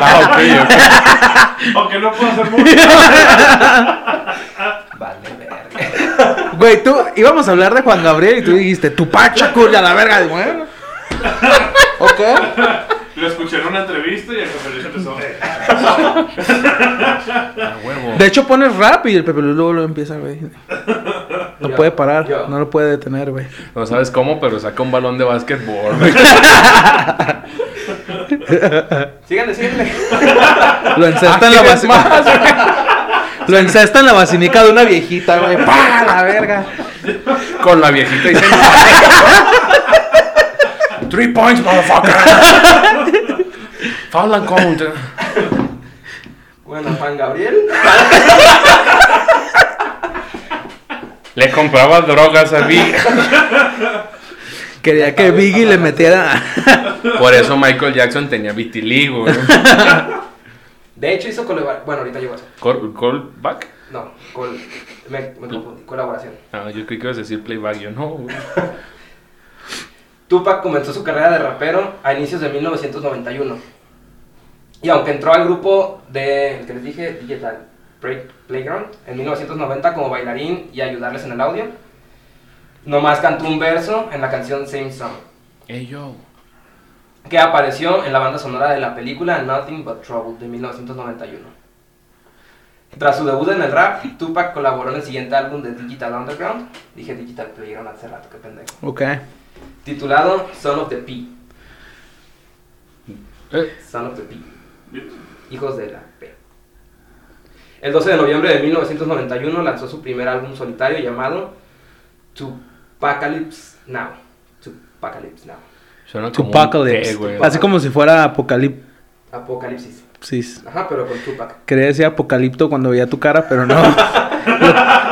Speaker 3: Ah, ok, ok.
Speaker 5: Aunque no puedo hacer mucho.
Speaker 2: Vale, verga.
Speaker 4: Güey, tú íbamos a hablar de Juan Gabriel y tú dijiste, tu pacha, curia, la verga. Y bueno. Ok.
Speaker 5: Lo escuché en una entrevista y el José empezó. "Eh,
Speaker 3: A huevo.
Speaker 4: De hecho, pones rap y el Pepe Lu luego lo empieza, güey. No
Speaker 2: Yo,
Speaker 4: puede parar,
Speaker 2: yo.
Speaker 4: no lo puede detener, güey.
Speaker 3: No sabes cómo, pero saca un balón de básquetbol, güey.
Speaker 2: Síganle, síganle.
Speaker 4: Lo encesta en la
Speaker 3: ¿Quieres
Speaker 4: vacinica.
Speaker 3: más, güey?
Speaker 4: Lo encesta en la vacinica de una viejita, güey. ¡Pah! La verga.
Speaker 3: Con la viejita y se... Three points, motherfucker. Foul and counter.
Speaker 2: Bueno, Juan Gabriel.
Speaker 3: Le compraba drogas a Big.
Speaker 4: Quería que Biggie le metiera.
Speaker 3: Por eso Michael Jackson tenía vitiligo. ¿no?
Speaker 2: De hecho, hizo colaboración. Bueno, ahorita llego a eso.
Speaker 3: Call, call back.
Speaker 2: No, col... me, me confundí. Colaboración.
Speaker 3: Ah, yo creo que ibas a decir playback. Yo no, güey.
Speaker 2: Tupac comenzó su carrera de rapero a inicios de 1991. Y aunque entró al grupo de, el que les dije, Digital Break Playground, en 1990 como bailarín y ayudarles en el audio, nomás cantó un verso en la canción Same Song,
Speaker 3: Ey, yo.
Speaker 2: que apareció en la banda sonora de la película Nothing But Trouble de 1991. Tras su debut en el rap, Tupac colaboró en el siguiente álbum de Digital Underground, dije Digital Playground hace rato, qué pendejo,
Speaker 4: Ok.
Speaker 2: titulado Son of the P.
Speaker 3: Eh,
Speaker 2: Son of the P. Hijos de la P. El 12 de noviembre de 1991 lanzó su primer álbum solitario llamado Tupacalypse Now. Tupacalypse Now.
Speaker 3: suena como un té,
Speaker 4: Tupacalypse.
Speaker 3: güey.
Speaker 4: Así como si fuera apocalipsis.
Speaker 2: Apocalipsis. Ajá, pero con Tupac.
Speaker 4: Quería decir apocalipto cuando veía tu cara, pero no.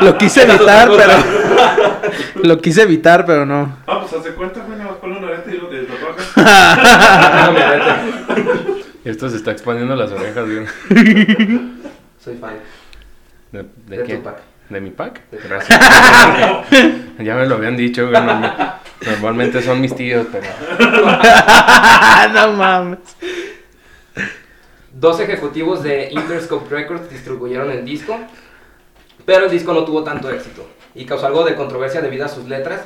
Speaker 4: Lo, lo quise
Speaker 2: Esa es otra
Speaker 4: evitar,
Speaker 2: cosa.
Speaker 4: pero. Lo quise evitar, pero no.
Speaker 5: Ah, pues hace cuenta, güey, nada más ponle una arete y lo de tatuajes.
Speaker 2: Ah, mi vete.
Speaker 3: Esto se está expandiendo las orejas, güey.
Speaker 2: Soy fan.
Speaker 3: ¿De, de,
Speaker 2: De
Speaker 3: qué?
Speaker 2: tu pack.
Speaker 3: ¿De mi pack?
Speaker 2: De tu
Speaker 3: Gracias. ya me lo habían dicho, güey. normal- Normalmente son mis tíos, pero.
Speaker 4: no mames.
Speaker 2: Dos ejecutivos de Interscope Records distribuyeron el disco, pero el disco no tuvo tanto éxito y causó algo de controversia debido a sus letras,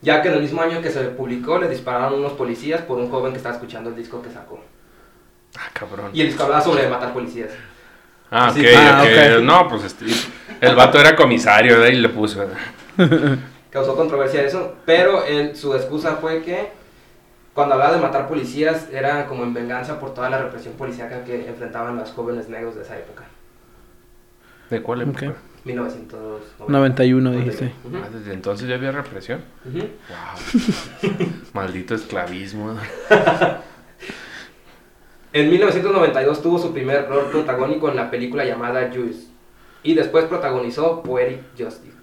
Speaker 2: ya que en el mismo año que se publicó le dispararon unos policías por un joven que estaba escuchando el disco que sacó.
Speaker 3: Ah, cabrón.
Speaker 2: Y el disco hablaba sobre matar policías.
Speaker 3: Ah, ok,
Speaker 2: Sí.
Speaker 4: Ah,
Speaker 3: ok.
Speaker 4: ok.
Speaker 3: No, pues este, el vato era comisario, ¿verdad? Y le puso. ¿verdad?
Speaker 2: Causó controversia eso, pero él- su excusa fue que cuando hablaba de matar policías era como en venganza por toda la represión policíaca que enfrentaban los jóvenes negros de esa época.
Speaker 3: ¿De cuál época?
Speaker 4: Ok.
Speaker 2: 1991.
Speaker 4: 91 dijiste.
Speaker 2: Ujú,
Speaker 3: Ah, desde entonces ya había represión.
Speaker 2: ujú.
Speaker 3: Wow. Maldito esclavismo.
Speaker 2: En 1992 tuvo su primer rol protagónico en la película llamada Juice y después protagonizó Poetic Justice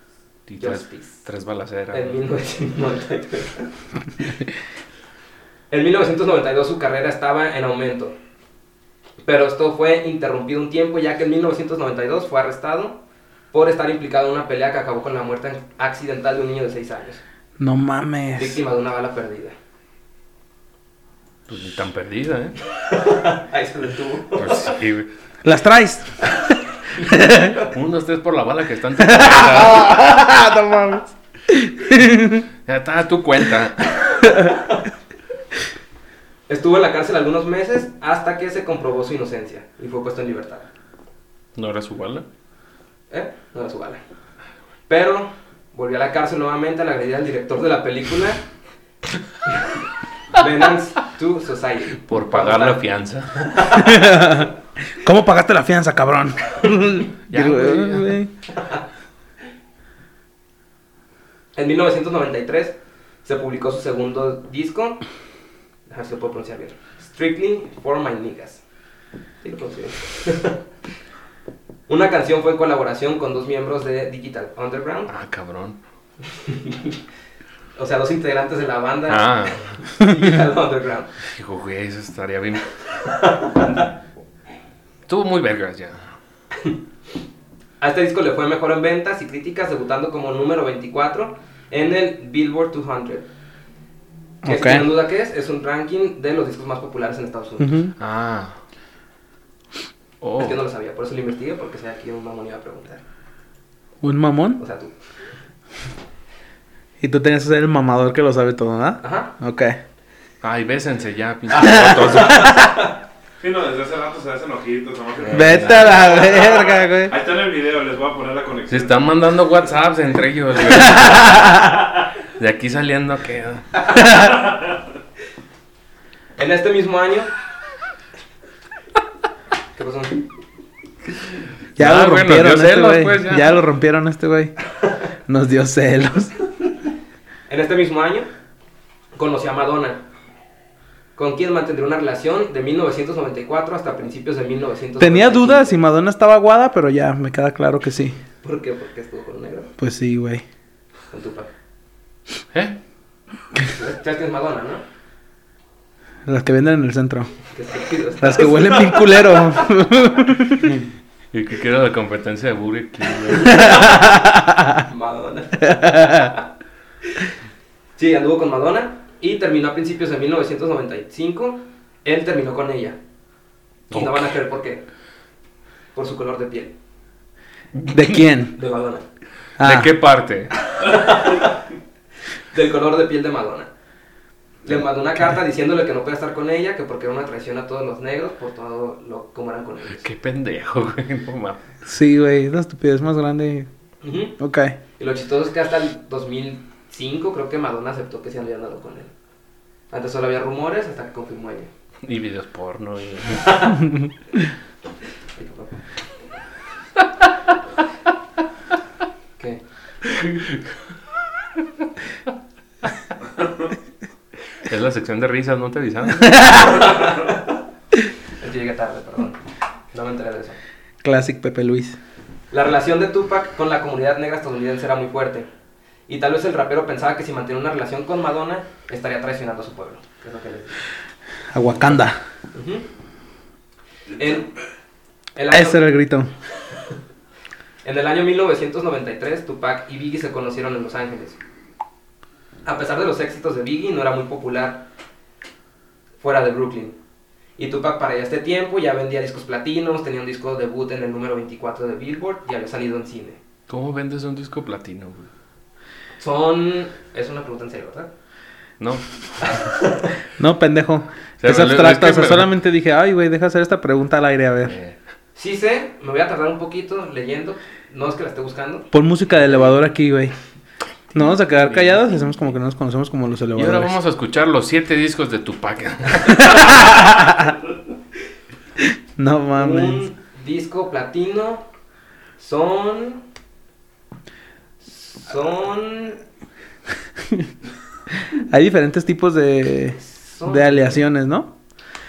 Speaker 3: Y tres,
Speaker 2: Justice.
Speaker 3: tres balaceras.
Speaker 2: en
Speaker 3: ¿no?
Speaker 2: 1992. en 1992 su carrera estaba en aumento, pero esto fue interrumpido un tiempo ya que en 1992 fue arrestado por estar implicado en una pelea que acabó con la muerte accidental de un niño de 6 años.
Speaker 4: No mames.
Speaker 2: Víctima de una bala perdida.
Speaker 3: Pues ni tan perdida, ¿eh?
Speaker 2: Ahí se detuvo.
Speaker 3: Pues sí, güey.
Speaker 4: ¿Las traes?
Speaker 3: Un, dos, tres por la bala que están. Ya
Speaker 4: no mames.
Speaker 3: está a tu cuenta.
Speaker 2: Estuvo en la cárcel algunos meses hasta que se comprobó su inocencia y fue puesto en libertad.
Speaker 3: ¿No era su bala?
Speaker 2: ¿Eh? No era su bala. Pero volvió a la cárcel nuevamente al agredir al director de la película Venance to Society.
Speaker 3: Por pagar la fianza.
Speaker 4: ¿Cómo pagaste la fianza, cabrón?
Speaker 3: Ya, güey,
Speaker 2: En 1993 se publicó su segundo disco. A ver si lo puedo pronunciar bien. Strictly for my niggas. Sí, lo pronuncio bien. Una canción fue en colaboración con dos miembros de Digital Underground.
Speaker 3: Ah, cabrón.
Speaker 2: O sea, dos integrantes de la banda
Speaker 3: Ah,
Speaker 2: Digital Underground.
Speaker 3: dijo, güey, eso estaría bien. Estuvo muy vergas ya.
Speaker 2: A este disco le fue mejor en ventas y críticas, debutando como número 24 en el Billboard 200. Que
Speaker 4: Ok.
Speaker 2: sin duda que es, es un ranking de los discos más populares en Estados Unidos.
Speaker 4: Ujú.
Speaker 3: Ah. Oh.
Speaker 2: Es que no lo sabía, por eso lo investigué, porque sé aquí un mamón iba a preguntar.
Speaker 4: ¿Un mamón?
Speaker 2: O sea, tú.
Speaker 4: Y tú tenías que ser el mamador que lo sabe todo, ¿verdad?
Speaker 2: Ajá.
Speaker 4: Ok.
Speaker 3: Eh, Ay, bésense ya, pinche fotos.
Speaker 5: Sí, no, desde hace rato se hacen ojitos. nomás que-
Speaker 4: Vete a la verga, güey.
Speaker 5: Ahí está en el video, les voy a poner la
Speaker 3: Se
Speaker 5: conexión.
Speaker 3: están mandando WhatsApps entre ellos, güey. De aquí saliendo queda.
Speaker 2: En este mismo año. ¿Qué pasó?
Speaker 4: Ya
Speaker 3: Ah,
Speaker 4: lo
Speaker 3: bueno,
Speaker 4: rompieron
Speaker 3: dio
Speaker 4: este
Speaker 3: celos,
Speaker 4: güey.
Speaker 3: pues, ya.
Speaker 4: ya. lo rompieron este güey. Nos dio celos.
Speaker 2: En este mismo año conocí a Madonna, con quien mantendría una relación de 1994 hasta principios de 1995.
Speaker 4: Tenía dudas si Madonna estaba aguada, pero ya me queda claro que sí.
Speaker 2: ¿Por qué? Porque estuvo con un negro,
Speaker 4: Pues sí, güey.
Speaker 2: con tu papá.
Speaker 3: ¿Eh?
Speaker 2: ¿Sabes quién es Madonna, no?
Speaker 4: Las que venden en el centro.
Speaker 2: Que está chido, está-
Speaker 4: Las que huelen bien culero.
Speaker 3: Y que quiero la competencia de Burger King, güey.
Speaker 2: Madonna. sí, anduvo con Madonna y terminó a principios de 1995. Él terminó con ella. Y no van a creer por qué. Por su color de piel.
Speaker 4: ¿De quién?
Speaker 2: De Madonna.
Speaker 4: Ah,
Speaker 3: ¿De qué parte?
Speaker 2: Del color de piel de Madonna. Le mandó una carta diciéndole que no podía estar con ella, que porque era una traición a todos los negros por todo lo como eran con ellos.
Speaker 3: Qué pendejo, güey. No mames.
Speaker 4: Sí, güey. Es la estupidez más grande.
Speaker 2: Ujú.
Speaker 4: Ok.
Speaker 2: Y lo chistoso es que hasta el 2005 creo que Madonna aceptó que se había andado con él. Antes solo había rumores hasta que confirmó ella.
Speaker 3: Y videos porno. Y...
Speaker 2: Ay, papá. ¿Qué?
Speaker 3: Es la sección de risas, ¿no te avisan?
Speaker 2: Es que llegué tarde, perdón. No me enteré de eso.
Speaker 4: Classic Pepe Luis.
Speaker 2: La relación de Tupac con la comunidad negra estadounidense era muy fuerte. Y tal vez el rapero pensaba que si mantenía una relación con Madonna, estaría traicionando a su pueblo. que Es lo que les digo.
Speaker 4: Aguacanda.
Speaker 2: Ujú. En- el año-
Speaker 4: Ese era el grito.
Speaker 2: En el año 1993, Tupac y Biggie se conocieron en Los Ángeles. A pesar de los éxitos de Biggie, no era muy popular fuera de Brooklyn. Y Tupac para ya este tiempo ya vendía discos platinos, tenía un disco debut en el número 24 de Billboard y había salido en cine.
Speaker 3: ¿Cómo vendes un disco platino, güey?
Speaker 2: Son... es una pregunta en serio, ¿verdad?
Speaker 3: No.
Speaker 4: No, pendejo.
Speaker 3: Se
Speaker 4: Es
Speaker 3: me-
Speaker 4: abstracto.
Speaker 3: es que
Speaker 4: O sea,
Speaker 3: me-
Speaker 4: solamente dije, ay, güey, deja hacer esta pregunta al aire, a ver.
Speaker 3: Eh,
Speaker 2: Sí sé, me voy a tardar un poquito leyendo, no es que la esté buscando.
Speaker 4: Pon música de elevador aquí, güey. No vamos a quedar callados y hacemos como que no nos conocemos como los
Speaker 3: y
Speaker 4: elevadores.
Speaker 3: ahora vamos a escuchar los siete discos de Tupac.
Speaker 4: No mames.
Speaker 2: Un disco platino son... son...
Speaker 4: Hay diferentes tipos de,
Speaker 2: son...
Speaker 4: de aleaciones, ¿no?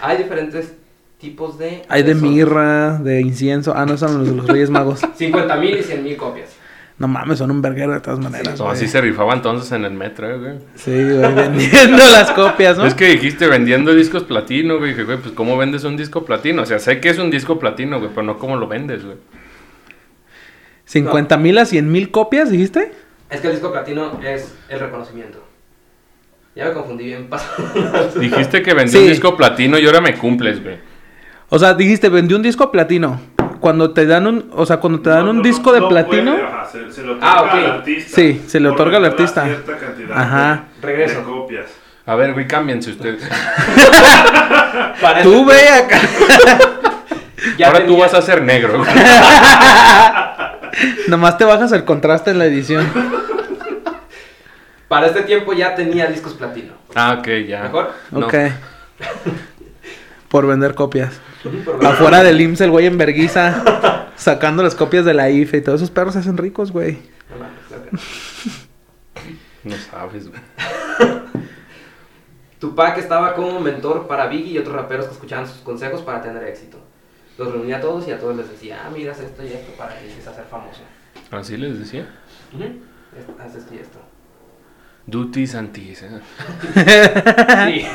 Speaker 2: Hay diferentes tipos de...
Speaker 4: Hay de
Speaker 2: son
Speaker 4: mirra, de incienso. Ah, no, son los de los Reyes Magos.
Speaker 2: 50.000 y 100.000 copias.
Speaker 4: No mames, son un verguero de todas maneras.
Speaker 3: No,
Speaker 4: güey.
Speaker 3: así se rifaba entonces en el metro, eh, güey.
Speaker 4: Sí, güey, vendiendo las copias, ¿no?
Speaker 3: Es que dijiste vendiendo discos platino, güey. Dije, güey, pues ¿cómo vendes un disco platino? O sea, sé que es un disco platino, güey, pero no cómo lo vendes, güey.
Speaker 4: 50 mil a 100 mil copias, dijiste.
Speaker 2: Es que el disco platino es el reconocimiento. Ya me confundí bien. pasado.
Speaker 3: Dijiste que vendí un
Speaker 4: Sí.
Speaker 3: disco platino y ahora me cumples, güey.
Speaker 4: O sea, dijiste, vendí un disco platino. Cuando te dan un, o sea, cuando te dan
Speaker 5: No,
Speaker 4: un
Speaker 5: no,
Speaker 4: disco
Speaker 5: no
Speaker 4: de
Speaker 5: puede,
Speaker 4: platino,
Speaker 5: ajá, se, se lo
Speaker 2: Ah,
Speaker 5: otorga al
Speaker 2: ok.
Speaker 5: artista.
Speaker 4: Sí, se le
Speaker 5: Por
Speaker 4: otorga al
Speaker 5: regalar
Speaker 4: artista.
Speaker 5: cierta cantidad
Speaker 4: Ajá.
Speaker 5: de-
Speaker 2: Regreso.
Speaker 5: de copias.
Speaker 3: A ver, güey, cámbiense ustedes.
Speaker 2: Para
Speaker 4: tú
Speaker 2: eso-
Speaker 4: ve acá.
Speaker 2: ya
Speaker 3: ahora tú
Speaker 2: tenía-
Speaker 3: vas a ser negro. güey.
Speaker 4: Nomás te bajas el contraste en la edición.
Speaker 2: Para este tiempo ya tenía discos platino.
Speaker 3: ah, ok, ya.
Speaker 2: ¿Mejor?
Speaker 3: No.
Speaker 4: Ok. Por vender copias.
Speaker 2: Por favor.
Speaker 4: Afuera del IMSS, el güey en verguiza, sacando las copias de la IFE y todos esos perros se hacen ricos, güey.
Speaker 2: No mames, ok.
Speaker 3: No sabes, güey.
Speaker 2: Tupac estaba como mentor para Biggie y otros raperos que escuchaban sus consejos para tener éxito. Los reunía a todos y a todos les decía, ah, miras esto y esto para que llegues a ser famoso.
Speaker 3: Así les decía.
Speaker 2: Ujú. Es- Haz esto y esto.
Speaker 3: Duty Santis. eh.
Speaker 2: Sí.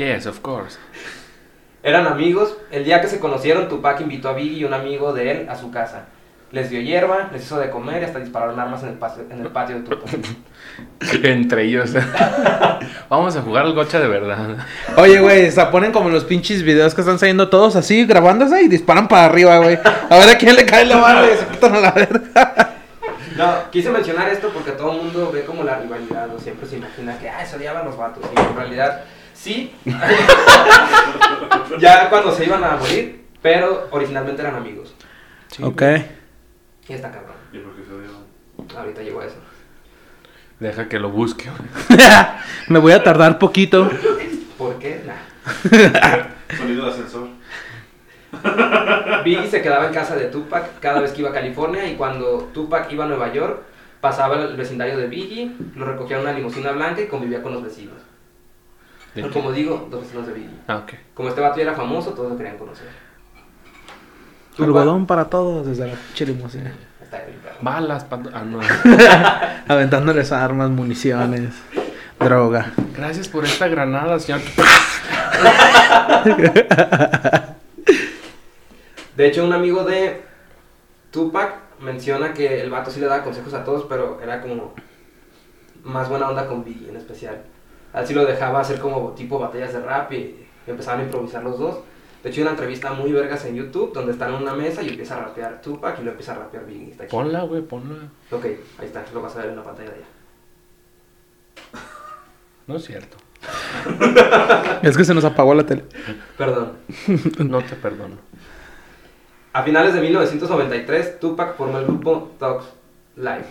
Speaker 3: Yes, of course.
Speaker 2: Eran amigos. El día que se conocieron, Tupac invitó a Biggie y un amigo de él a su casa. Les dio hierba, les hizo de comer y hasta dispararon armas en el, pas- en el patio de Tupac.
Speaker 3: Entre ellos. Vamos a jugar al gocha de verdad.
Speaker 4: Oye, güey, se ponen como los pinches videos que están saliendo todos así, grabándose y disparan para arriba, güey. A ver a quién le cae la bala y se quitan a la verga.
Speaker 2: No, quise mencionar esto porque todo el mundo ve como la rivalidad, o siempre se imagina que, ah, se odiaban los vatos, y en realidad, sí. ya cuando se iban a morir, pero originalmente eran amigos.
Speaker 4: Ok.
Speaker 2: Y está cabrón.
Speaker 5: ¿Y por qué se odiaban?
Speaker 2: Ahorita llegó a eso.
Speaker 3: Deja que lo busque. güey.
Speaker 4: Me voy a tardar poquito.
Speaker 2: ¿Por qué? Nah.
Speaker 5: Sonido de ascensor.
Speaker 2: Biggie se quedaba en casa de Tupac cada vez que iba a California, y cuando Tupac iba a Nueva York, pasaba el vecindario de Biggie, lo recogía en una limusina blanca y convivía con los vecinos.
Speaker 3: ¿De qué?
Speaker 2: Como digo, los vecinos de Biggie.
Speaker 3: Ah, ok.
Speaker 2: Como este vato ya era famoso, todos lo querían conocer. Tupac-
Speaker 4: Algodón para todos desde la pinche limusina.
Speaker 2: Está bien, perro.
Speaker 3: Balas, pato. Ah, no.
Speaker 4: Aventándoles armas, municiones, droga.
Speaker 3: Gracias por esta granada, señor.
Speaker 2: De hecho, un amigo de Tupac menciona que el vato sí le daba consejos a todos, pero era como más buena onda con Biggie en especial. Así lo dejaba hacer como tipo batallas de rap y empezaban a improvisar los dos. De hecho, hay una entrevista muy vergas en YouTube donde están en una mesa y empieza a rapear Tupac y lo empieza a rapear Biggie. Está aquí.
Speaker 3: Ponla, güey, ponla.
Speaker 2: Ok, ahí está, lo vas a ver en la pantalla de allá.
Speaker 3: No es cierto.
Speaker 4: Es que se nos apagó la tele.
Speaker 2: Perdón.
Speaker 3: No te perdono.
Speaker 2: A finales de 1993, Tupac formó el grupo Talks Live.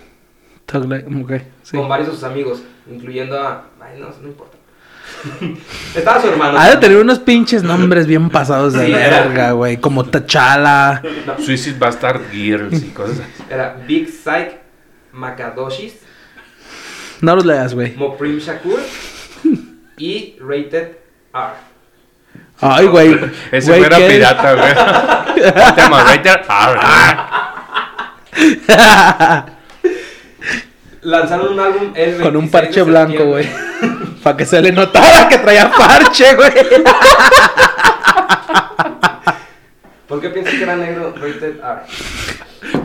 Speaker 4: Thug Life, ok, sí.
Speaker 2: con varios de sus amigos, incluyendo a. Ay, no, no importa. Estaba su hermano.
Speaker 4: Ha de tener unos pinches nombres bien pasados de
Speaker 2: Sí, era.
Speaker 4: verga, güey. Como Tachala.
Speaker 3: Suicide Bastard Girls y cosas así.
Speaker 2: Era Big Psych, Makadoshis,
Speaker 4: No los leas, güey.
Speaker 2: Moprim Shakur y Rated R.
Speaker 4: Ay, güey.
Speaker 3: Ese
Speaker 4: Güey,
Speaker 3: güey era
Speaker 4: ¿qué?
Speaker 3: pirata, güey. Ponte a Maverick. Ah,
Speaker 2: Lanzaron un álbum el
Speaker 4: Con
Speaker 2: 26
Speaker 4: un
Speaker 2: de
Speaker 4: parche blanco, güey.
Speaker 2: septiembre.
Speaker 4: Para que se le notara que traía parche, güey.
Speaker 2: ¿Por qué piensas que era negro Rated R?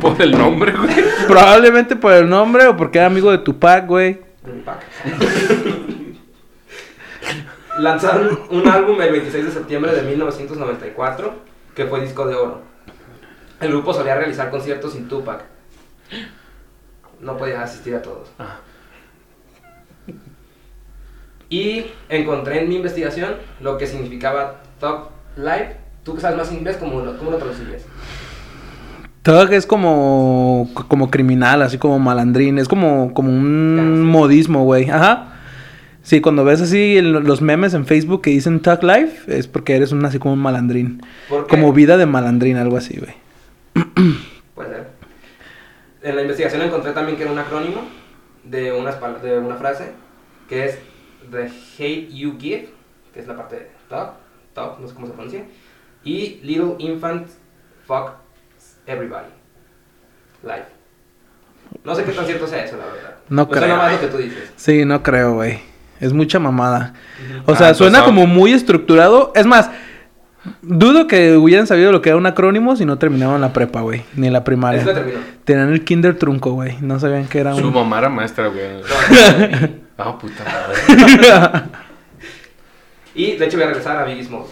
Speaker 3: Por el nombre, güey.
Speaker 4: Probablemente por el nombre o porque era amigo de Tupac, güey.
Speaker 2: de mi pack. Lanzaron un álbum el 26 de septiembre de 1994 que fue disco de oro. El grupo solía realizar conciertos sin Tupac. No podía asistir a todos.
Speaker 3: Ah.
Speaker 2: Y encontré en mi investigación lo que significaba Top Live. Tú que sabes más inglés, ¿cómo lo, cómo lo traducirías?
Speaker 4: Thug es como, como criminal, así como malandrín. Es como, como
Speaker 2: Gangster.
Speaker 4: un modismo, güey. Ajá. Sí, cuando ves así el- los memes en Facebook que dicen Thug Life, es porque eres un así como un malandrín.
Speaker 2: Porque-
Speaker 4: Como vida de malandrín, algo así, güey.
Speaker 2: Puede ser. En la investigación encontré también que era un acrónimo de, unas pal- de una frase que es The Hate You Give, que es la parte de top, top, no sé cómo se pronuncia, y Little Infant Fuck Everybody. Life. No sé qué tan cierto sea eso, la verdad.
Speaker 4: No
Speaker 2: Me suena
Speaker 4: creo.
Speaker 2: más lo que tú dices.
Speaker 4: Sí, no creo, güey. Es mucha mamada.
Speaker 2: Ujú.
Speaker 4: O sea,
Speaker 3: Ah, entonces
Speaker 4: suena
Speaker 3: ahora-
Speaker 4: como muy estructurado. Es más, Dudo que hubieran sabido lo que era un acrónimo si no terminaban la prepa, güey. Ni la primaria.
Speaker 2: Eso lo terminó.
Speaker 4: Tenían el kinder trunco, güey. No sabían que era
Speaker 3: Su
Speaker 4: un...
Speaker 3: mamá era maestra, güey. Ah, puta madre.
Speaker 2: Y de hecho voy a regresar a Biggie Smalls.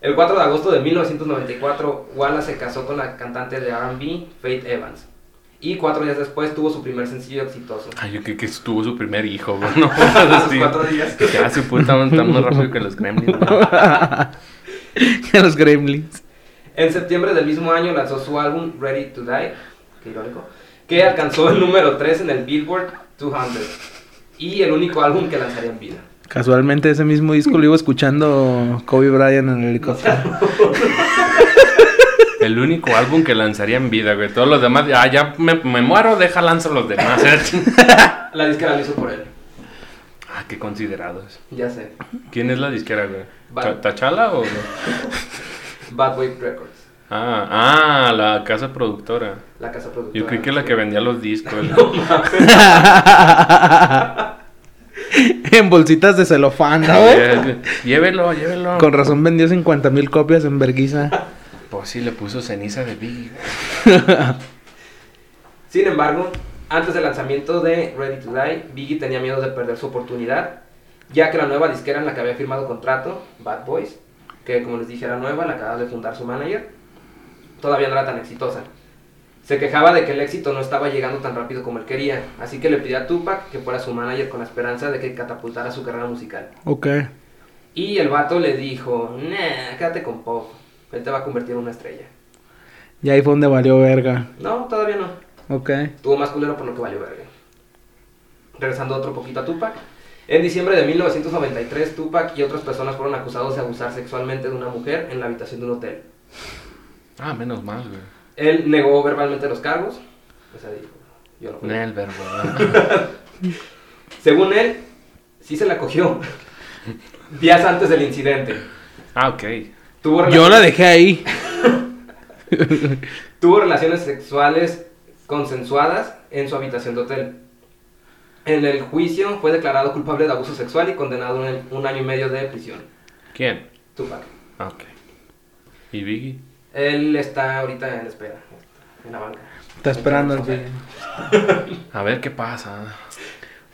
Speaker 2: El 4 de agosto de 1994, Wallace se casó con la cantante de R&B Faith Evans. Y cuatro días después tuvo su primer sencillo exitoso.
Speaker 3: Ay, yo creo que tuvo su primer hijo, güey. No, así.
Speaker 2: cuatro días.
Speaker 3: Que ya su puta madre está más rápido que los gremlins. güey.
Speaker 4: los gremlins.
Speaker 2: En septiembre del mismo año lanzó su álbum Ready to Die, que irónico, que alcanzó el número 3 en el Billboard 200. Y el único álbum que lanzaría en vida.
Speaker 4: Casualmente ese mismo disco lo iba escuchando Kobe Bryant en el helicóptero.
Speaker 3: El único álbum que lanzaría en vida, güey. Todos los demás, ah, ya me, me muero, deja lanzo los demás.
Speaker 2: La disquera lo hizo por él,
Speaker 3: ah, qué considerados.
Speaker 2: ya sé.
Speaker 3: ¿Quién es la disquera, güey?
Speaker 2: Va-
Speaker 3: ¿Ta- ¿Tachala o.?
Speaker 2: Bad Wave Records,
Speaker 3: Ah, ah, la casa productora.
Speaker 2: la casa productora.
Speaker 3: Yo creí que la que vendía los discos.
Speaker 4: en bolsitas de celofán, ¿no, güey?
Speaker 3: Eh, Llévelo, llévelo.
Speaker 4: Con razón vendió 50 mil copias en Berguisa.
Speaker 3: Pues sí, le puso ceniza de Biggie.
Speaker 2: Sin embargo, antes del lanzamiento de Ready to Die, Biggie tenía miedo de perder su oportunidad, ya que la nueva disquera en la que había firmado contrato, Bad Boys, que como les dije era nueva, la acaba de fundar su manager, todavía no era tan exitosa. Se quejaba de que el éxito no estaba llegando tan rápido como él quería, así que le pidió a Tupac que fuera su manager con la esperanza de que catapultara su carrera musical.
Speaker 4: Ok.
Speaker 2: Y el vato le dijo, nah, quédate con Pop, él te va a convertir en una estrella.
Speaker 4: Y ahí fue donde valió verga.
Speaker 2: No, todavía no.
Speaker 4: Ok.
Speaker 2: Tuvo más culero por lo que valió verga. Regresando otro poquito a Tupac. En diciembre de 1993, Tupac y otras personas fueron acusados de abusar sexualmente de una mujer en la habitación de un hotel.
Speaker 3: Ah, menos mal, güey.
Speaker 2: Él negó verbalmente los cargos. O sea, dijo, yo no fui.
Speaker 3: Nel, verbo.
Speaker 2: Según él, sí se la cogió. Días antes del incidente.
Speaker 3: Ah, ok.
Speaker 2: Tuvo
Speaker 4: Yo
Speaker 2: relaciones-
Speaker 4: la dejé ahí.
Speaker 2: Tuvo relaciones sexuales consensuadas en su habitación de hotel. En el juicio fue declarado culpable de abuso sexual y condenado a un- un año y medio de prisión.
Speaker 3: ¿Quién?
Speaker 2: Tupac.
Speaker 3: Ah, ok. ¿Y Biggie?
Speaker 2: Él está ahorita en espera, en la banca.
Speaker 4: Está esperando el Biggie.
Speaker 3: A ver qué pasa.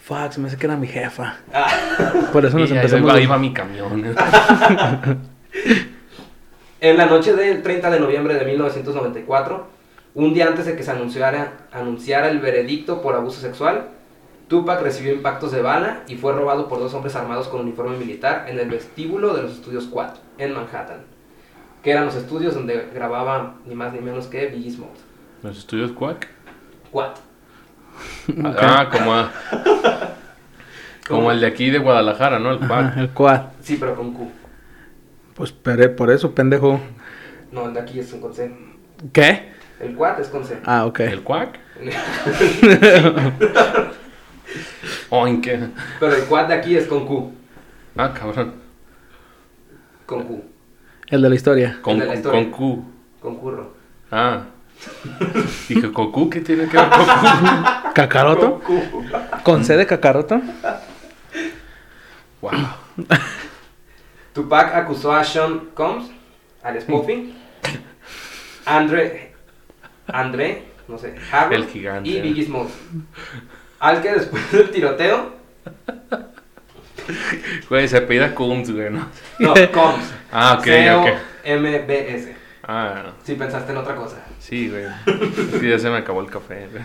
Speaker 4: Fuck, se me hace que era mi jefa. Por eso nos
Speaker 3: Y ahí
Speaker 4: empezamos.
Speaker 3: va-
Speaker 4: los-
Speaker 3: ahí va mi camión.
Speaker 2: En la noche del 30 de noviembre de 1994, un día antes de que se anunciara, anunciara el veredicto por abuso sexual, Tupac recibió impactos de bala y fue robado por dos hombres armados con uniforme militar en el vestíbulo de los estudios Quad, en Manhattan, que eran los estudios donde grababa ni más ni menos que Biggie Smalls.
Speaker 3: ¿Los estudios Quack?
Speaker 2: Quad.
Speaker 3: Ah, como, a- como el de aquí de Guadalajara, ¿no? El Quack.
Speaker 4: Ajá, el quad.
Speaker 2: Sí, pero con Q.
Speaker 4: Pues esperé por eso, pendejo.
Speaker 2: No, el de aquí es un con C.
Speaker 4: ¿Qué?
Speaker 2: El Quad es con C.
Speaker 4: Ah, ok.
Speaker 3: ¿El Quack? ¿O en qué?
Speaker 2: pero el Quad de aquí es con Q.
Speaker 3: Ah, cabrón.
Speaker 2: Con Q.
Speaker 4: El de la historia.
Speaker 3: Con,
Speaker 2: De la historia.
Speaker 3: con Q.
Speaker 2: Concurro.
Speaker 3: Ah. Dije, ¿con Q qué tiene que ver con Q?
Speaker 4: ¿Cacaroto? ¿Con C de cacaroto?
Speaker 3: Wow.
Speaker 2: Tupac acusó a Sean Combs, al Spoofy, Andre, André, no sé, Harold
Speaker 3: El gigante.
Speaker 2: y Biggie Smalls. Al que después del tiroteo,
Speaker 3: Güey, se pida Combs, güey, ¿no?
Speaker 2: no, Combs.
Speaker 3: Ah, ok, ok.
Speaker 2: MBS.
Speaker 3: Ah,
Speaker 2: Si pensaste en otra cosa.
Speaker 3: sí, güey. Es que ya se me acabó el café. güey.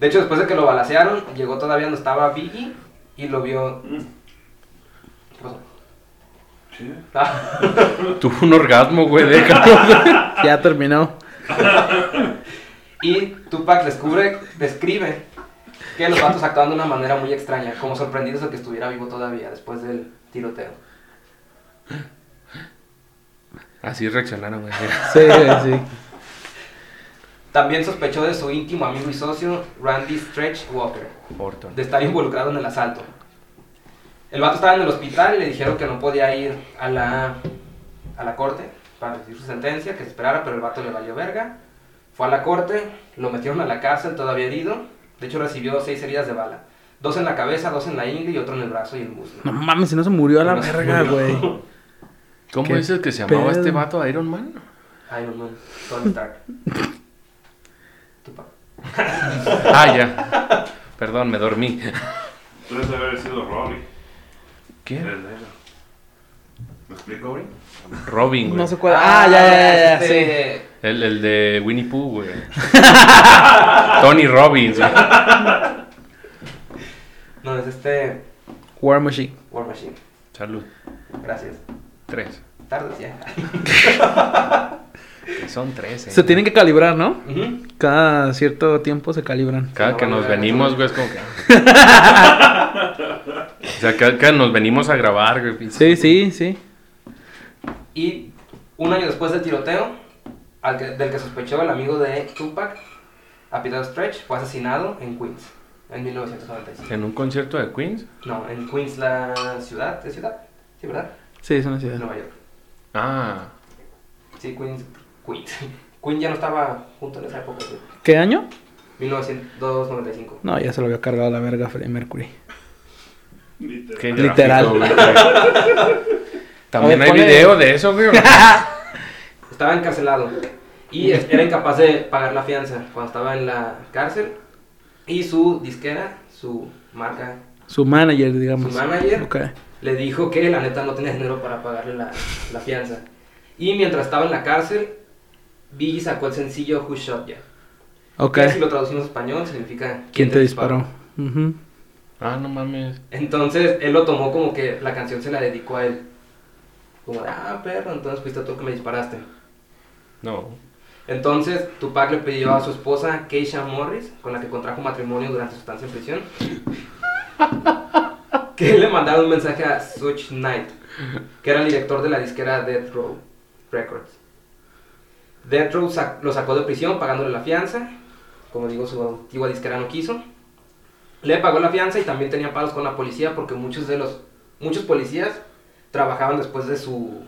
Speaker 2: De hecho, después de que lo balacearon, llegó todavía donde estaba Biggie y lo vio. ¿Qué pasó?
Speaker 5: Sí.
Speaker 2: Ah,
Speaker 3: Tuvo un orgasmo, güey, déjalo.
Speaker 4: Ya terminó.
Speaker 2: Y Tupac descubre, describe que los vatos actuaban de una manera muy extraña, como sorprendidos de que estuviera vivo todavía después del tiroteo.
Speaker 3: Así reaccionaron, güey.
Speaker 4: Sí, sí.
Speaker 2: También sospechó de su íntimo amigo y socio, Randy Stretch Walker,
Speaker 3: Orton.
Speaker 2: de estar involucrado en el asalto. El vato estaba en el hospital y le dijeron que no podía ir a la, a la corte para decir su sentencia, que se esperara, pero el vato le valió verga. Fue a la corte, lo metieron a la cárcel todavía herido. De hecho, recibió seis heridas de bala. Dos en la cabeza, dos en la ingle y otro en el brazo y el muslo.
Speaker 4: No mames, si no se murió a la
Speaker 2: No se
Speaker 4: verga,
Speaker 2: murió.
Speaker 4: güey.
Speaker 3: ¿Cómo
Speaker 4: ¿Qué
Speaker 3: dices que se llamaba
Speaker 4: pedo?
Speaker 3: este vato Iron Man?
Speaker 2: Iron Man, Tony Stark. Tupac.
Speaker 3: Ah, ya. Perdón, me dormí.
Speaker 5: Entonces debe haber sido Robbie, el
Speaker 3: ¿Quién?
Speaker 5: negro. ¿Me explico, güey?
Speaker 3: Robin, güey.
Speaker 4: No sé cuál. Ah, ya, ya, ya, ya. sí.
Speaker 2: este,
Speaker 3: El, el de Winnie Pooh, güey. Tony Robbins, güey.
Speaker 2: No, es este
Speaker 4: War Machine.
Speaker 2: War Machine.
Speaker 3: Salud.
Speaker 2: Gracias.
Speaker 3: Tres.
Speaker 2: Tardes ya.
Speaker 3: Que son tres, eh.
Speaker 4: Se tienen que calibrar, ¿no?
Speaker 2: Ujú.
Speaker 4: Cada cierto tiempo se calibran.
Speaker 3: Cada que
Speaker 2: No,
Speaker 3: nos
Speaker 2: no,
Speaker 3: venimos,
Speaker 2: no.
Speaker 3: güey, es como que. o sea, cada que nos venimos a grabar, güey. pinche.
Speaker 4: Sí, sí, sí.
Speaker 2: Y un año después del tiroteo, al que- del que sospechó el amigo de Tupac, Apidado Stretch, fue asesinado en Queens en 1995.
Speaker 3: En un concierto de Queens.
Speaker 2: No, en Queens, la ciudad. ¿Es ciudad? Sí, ¿verdad?
Speaker 4: Sí, es una ciudad.
Speaker 2: Nueva York.
Speaker 3: Ah,
Speaker 2: Sí, Queens. Queens. Queen ya no estaba junto en esa época. sí.
Speaker 4: ¿Qué año?
Speaker 2: 1995.
Speaker 4: No, ya se lo había cargado la verga Freddie Mercury.
Speaker 3: qué
Speaker 5: Literal.
Speaker 4: Literal.
Speaker 3: gráfico, güey. También
Speaker 4: A
Speaker 3: hay
Speaker 4: ver, ponle-
Speaker 3: video de eso, güey. ¿o no?
Speaker 2: Estaba encarcelado y es- era incapaz de pagar la fianza cuando estaba en la cárcel. Y su disquera, su marca,
Speaker 4: Su manager, digamos.
Speaker 2: Su manager.
Speaker 4: Ok.
Speaker 2: le dijo que la neta no tenía dinero para pagarle la, la fianza. Y mientras estaba en la cárcel, Biggie sacó el sencillo Who Shot Ya.
Speaker 4: Ok.
Speaker 2: Si lo traducimos a español, significa
Speaker 4: ¿Quién te disparó? Ujú.
Speaker 3: Ah, no mames.
Speaker 2: Entonces él lo tomó como que la canción se la dedicó a él. Como, ah, perro, entonces fuiste tú el que me disparaste.
Speaker 3: No.
Speaker 2: Entonces, Tupac le pidió a su esposa, Keisha Morris, con la que contrajo matrimonio durante su estancia en prisión, que le mandara un mensaje a Such Knight, que era el director de la disquera Death Row Records. Death Row sac- lo sacó de prisión pagándole la fianza, como digo, su antigua disquera no quiso. Le pagó la fianza y también tenía paros con la policía porque muchos de los muchos policías trabajaban después de su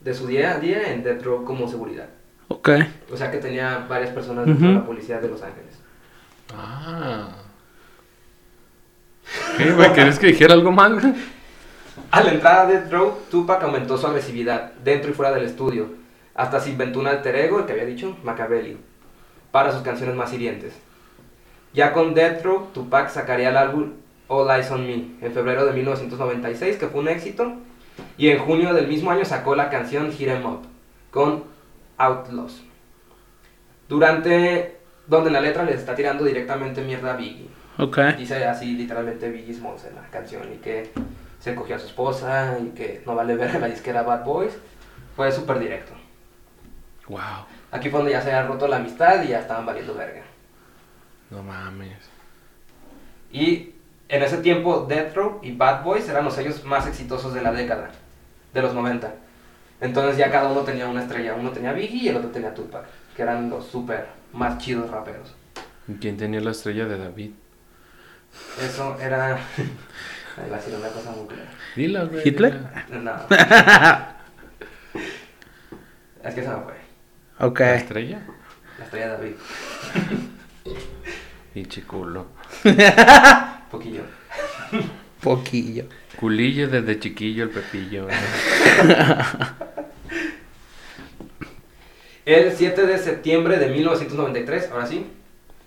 Speaker 2: de su día a día en Death Row como seguridad.
Speaker 4: Ok.
Speaker 2: O sea que tenía varias personas dentro de
Speaker 4: Ujú.
Speaker 2: la policía de Los Ángeles.
Speaker 3: Ah. ¿Qué, güey? ¿Querés que dijera algo más, güey?
Speaker 2: A la entrada de Drow, Tupac aumentó su agresividad dentro y fuera del estudio. Hasta se inventó un alter ego, el que había dicho, Machiavelli, para sus canciones más hirientes. Ya con Death Row, Tupac sacaría el álbum All Eyes on Me en febrero de 1996, que fue un éxito. Y en junio del mismo año sacó la canción Hit 'em Up con Outlaws. Durante. donde en la letra le está tirando directamente mierda a Biggie.
Speaker 4: Ok.
Speaker 2: Dice así literalmente Biggie Smalls en la canción y que se cogió a su esposa y que no vale ver a la disquera Bad Boys. Fue súper directo.
Speaker 3: Wow.
Speaker 2: Aquí fue donde ya se había roto la amistad y ya estaban valiendo verga.
Speaker 3: No mames.
Speaker 2: Y en ese tiempo Death Row y Bad Boys eran los sellos más exitosos de la década, de los 90. Entonces ya cada uno tenía una estrella. Uno tenía Biggie y el otro tenía Tupac, que eran los súper más chidos raperos.
Speaker 3: ¿Y ¿Quién tenía la estrella de David?
Speaker 2: Eso era... Ahí va a ser una cosa muy clara.
Speaker 3: Dila, güey.
Speaker 4: ¿Hitler?
Speaker 3: dila.
Speaker 2: No. es que se me fue.
Speaker 4: Ok.
Speaker 3: ¿La estrella?
Speaker 2: La estrella de David.
Speaker 3: Pinche culo.
Speaker 2: Poquillo.
Speaker 4: Poquillo.
Speaker 3: Culillo desde chiquillo el pepillo. güey.
Speaker 2: El 7 de septiembre de 1993, ahora sí,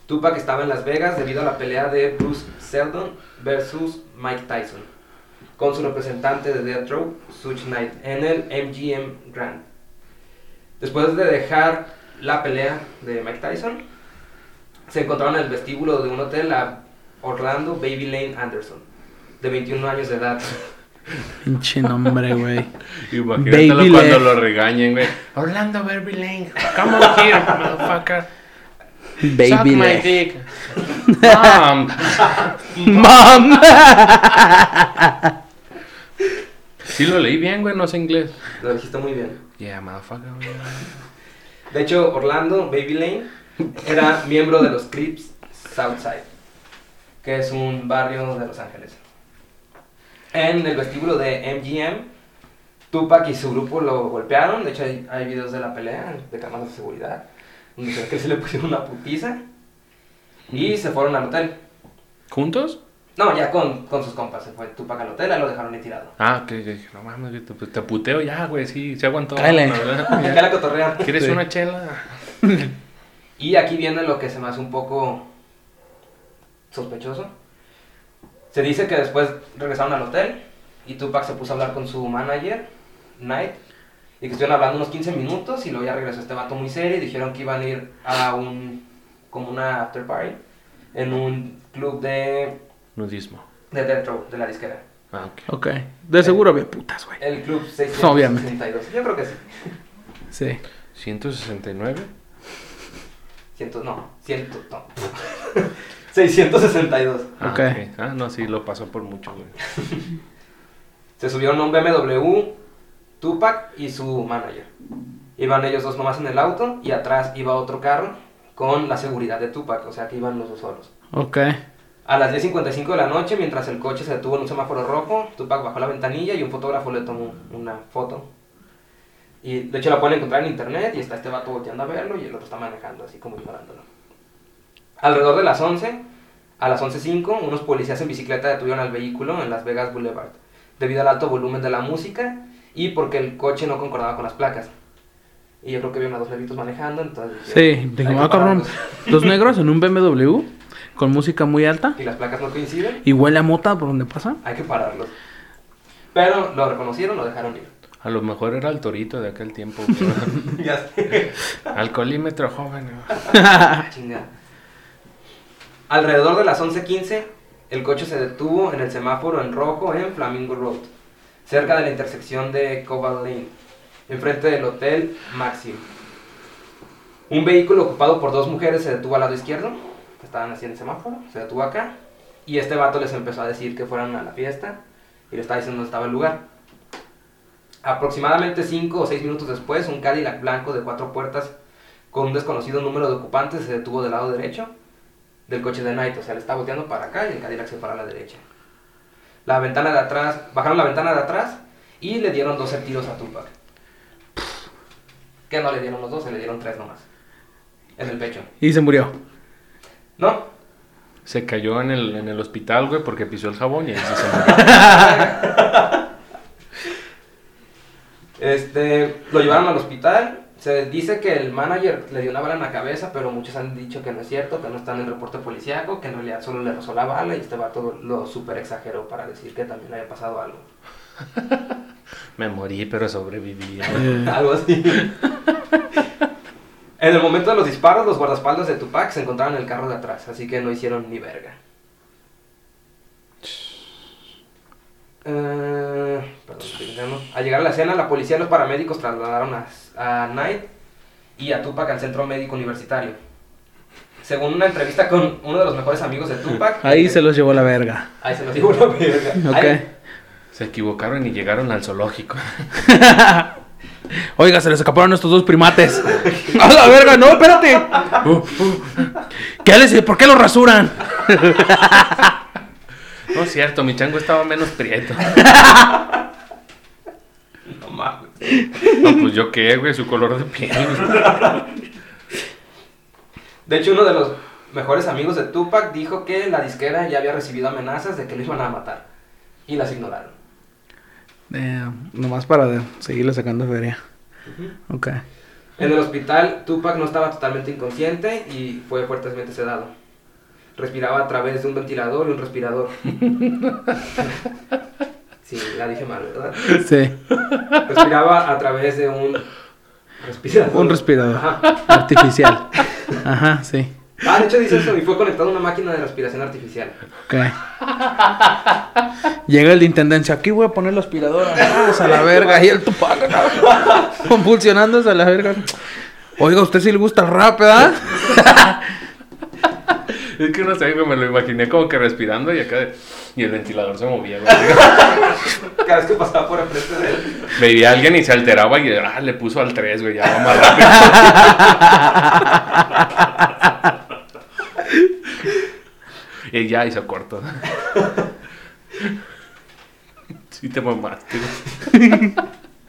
Speaker 2: Tupac estaba en Las Vegas debido a la pelea de Bruce Seldon versus Mike Tyson con su representante de Death Row, Suge Knight, en el MGM Grand. Después de dejar la pelea de Mike Tyson, se encontraron en el vestíbulo de un hotel a Orlando Baby Lane Anderson, de 21 años de edad.
Speaker 4: Pinche nombre, güey.
Speaker 3: Imagínatelo
Speaker 4: Baby
Speaker 3: cuando
Speaker 4: Leg.
Speaker 3: lo regañen, güey. Orlando Baby Lane, come on here, motherfucker. Suck
Speaker 4: Baby
Speaker 3: my
Speaker 4: Leg.
Speaker 3: dick. Mom.
Speaker 4: Mom.
Speaker 3: Sí lo leí bien, güey, no sé inglés.
Speaker 2: Lo dijiste muy bien.
Speaker 3: Yeah, motherfucker, güey.
Speaker 2: De hecho, Orlando Baby Lane era miembro de los Crips Southside, que es un barrio de Los Ángeles. En el vestíbulo de MGM, Tupac y su grupo lo golpearon. De hecho, hay, hay videos de la pelea de cámaras de seguridad, donde se ve que se le pusieron una putiza y se fueron al hotel.
Speaker 3: ¿Juntos?
Speaker 2: No, ya con, con sus compas se fue Tupac al hotel, ahí lo dejaron ahí tirado.
Speaker 3: Ah, ok, yo dije, no mames, güey, te, pues, te puteo ya, güey, sí, se aguantó.
Speaker 4: Cáele.
Speaker 3: la verdad,
Speaker 2: Acá la
Speaker 3: ya.
Speaker 2: cotorrean.
Speaker 3: ¿Quieres
Speaker 4: Sí.
Speaker 3: una chela?
Speaker 2: Y aquí viene lo que se me hace un poco sospechoso. Se dice que después regresaron al hotel y Tupac se puso a hablar con su manager, Knight, y que estuvieron hablando unos 15 minutos y luego ya regresó este vato muy serio y dijeron que iban a ir a un, como una after party en un club de,
Speaker 3: Nudismo.
Speaker 2: de Death Row, de la disquera.
Speaker 3: Ah, ok.
Speaker 4: Ok. De seguro había putas, güey.
Speaker 2: El club 662.
Speaker 4: Obviamente.
Speaker 2: Yo creo que sí.
Speaker 4: Sí.
Speaker 3: 169.
Speaker 2: Ciento, no, ciento, no. 662.
Speaker 3: Ah,
Speaker 4: Ok.
Speaker 3: ok. Ah, no, sí, lo pasó por mucho, güey.
Speaker 2: Se subieron a un BMW, Tupac y su manager. Iban ellos dos nomás en el auto y atrás iba otro carro con la seguridad de Tupac, o sea que iban los dos solos.
Speaker 4: Ok.
Speaker 2: A las 10.55 de la noche, mientras el coche se detuvo en un semáforo rojo, Tupac bajó la ventanilla y un fotógrafo le tomó una foto. Y de hecho la pueden encontrar en internet y está este vato volteando a verlo y el otro está manejando así como ignorándolo. Alrededor de las 11, a las 11.05, unos policías en bicicleta detuvieron al vehículo en Las Vegas Boulevard debido al alto volumen de la música y porque el coche no concordaba con las placas. Y yo creo que vieron a dos levitos manejando, entonces...
Speaker 4: Sí.
Speaker 2: Hay
Speaker 4: Digo,
Speaker 2: que
Speaker 4: ah, cabrón.
Speaker 2: pararlos".
Speaker 4: Los negros en un BMW con música muy alta
Speaker 2: Y las placas no coinciden.
Speaker 4: y huele a mota por donde pasa.
Speaker 2: Hay que pararlos. Pero lo reconocieron, lo dejaron ir.
Speaker 3: A lo mejor era el torito de aquel tiempo. güey.
Speaker 2: ya sé.
Speaker 3: Alcoholímetro joven. güey.
Speaker 2: Ah, chingada. Alrededor de las 11:15, el coche se detuvo en el semáforo en rojo en Flamingo Road, cerca de la intersección de Cobalt Lane, enfrente del hotel Maxim. Un vehículo ocupado por dos mujeres se detuvo al lado izquierdo, que estaban así en el semáforo, se detuvo acá, y este vato les empezó a decir que fueran a la fiesta y le estaba diciendo dónde estaba el lugar. Aproximadamente 5 o 6 minutos después, un Cadillac blanco de cuatro puertas con un desconocido número de ocupantes se detuvo del lado derecho del coche de Knight, o sea, le está volteando para acá y el Cadillac se para a la derecha. La ventana de atrás, bajaron la ventana de atrás y le dieron 12 tiros a Tupac. Que no le dieron los 12, le dieron 3 nomás. En el pecho.
Speaker 4: Y se murió.
Speaker 2: No,
Speaker 3: Se cayó en el, en el hospital, güey, porque pisó el jabón y ahí sí se murió.
Speaker 2: Este, lo llevaron al hospital. Se dice que el manager le dio una bala en la cabeza, pero muchos han dicho que no es cierto, que no está en el reporte policiaco, que en realidad solo le rozó la bala y este vato lo super exageró para decir que también le había pasado algo.
Speaker 3: Me morí, pero sobreviví.
Speaker 2: Algo así. en el momento de los disparos, los guardaespaldas de Tupac se encontraron en el carro de atrás, así que no hicieron ni verga. Eh, perdón, estoy gritando. al llegar a la escena, la policía y los paramédicos trasladaron a, a Knight y a Tupac al centro médico universitario. Según una entrevista con uno de los mejores amigos de Tupac, eh,
Speaker 4: Ahí se los llevó la verga.
Speaker 2: ahí se los digo la verga. Ahí-
Speaker 4: Ok.
Speaker 3: Se equivocaron y llegaron al zoológico.
Speaker 4: Oiga, se les escaparon estos dos primates. ¡A la verga! ¡No, espérate!
Speaker 3: Uh, uh.
Speaker 4: ¿Qué les, ¿Por qué los rasuran?
Speaker 3: No es cierto, mi chango estaba menos prieto.
Speaker 2: No mames.
Speaker 3: No, pues yo qué, güey, su color de piel.
Speaker 2: De hecho, uno de los mejores amigos de Tupac dijo que la disquera ya había recibido amenazas de que lo iban a matar. Y las ignoraron.
Speaker 4: Eh, nomás para de- seguirle sacando feria. Ok.
Speaker 2: En el hospital, Tupac no estaba totalmente inconsciente y fue fuertemente sedado. Respiraba a través de un ventilador y un respirador. Sí, la dije mal, ¿verdad?
Speaker 4: Sí.
Speaker 2: Respiraba a través de un respirador.
Speaker 4: Un respirador.
Speaker 2: Ajá.
Speaker 4: Artificial. Ajá, sí.
Speaker 2: Ah, de hecho dice eso y fue conectado a una máquina de respiración artificial.
Speaker 4: Ok. Llega el de intendencia. Aquí voy a poner la aspiradora. Vamos a la verga. Y el Tupac. ¿no? Convulsionándose a la verga. Oiga, ¿a usted sí le gusta el rap, ¿verdad?
Speaker 3: Es que no sé, güey, me lo imaginé como que respirando y acá. de- Y el ventilador se movía, güey.
Speaker 2: Cada vez que pasaba por enfrente de él.
Speaker 3: Veía a alguien y se alteraba y ah, le puso al 3, güey, ya va más rápido. y ya hizo corto. Sí te mamaste. güey.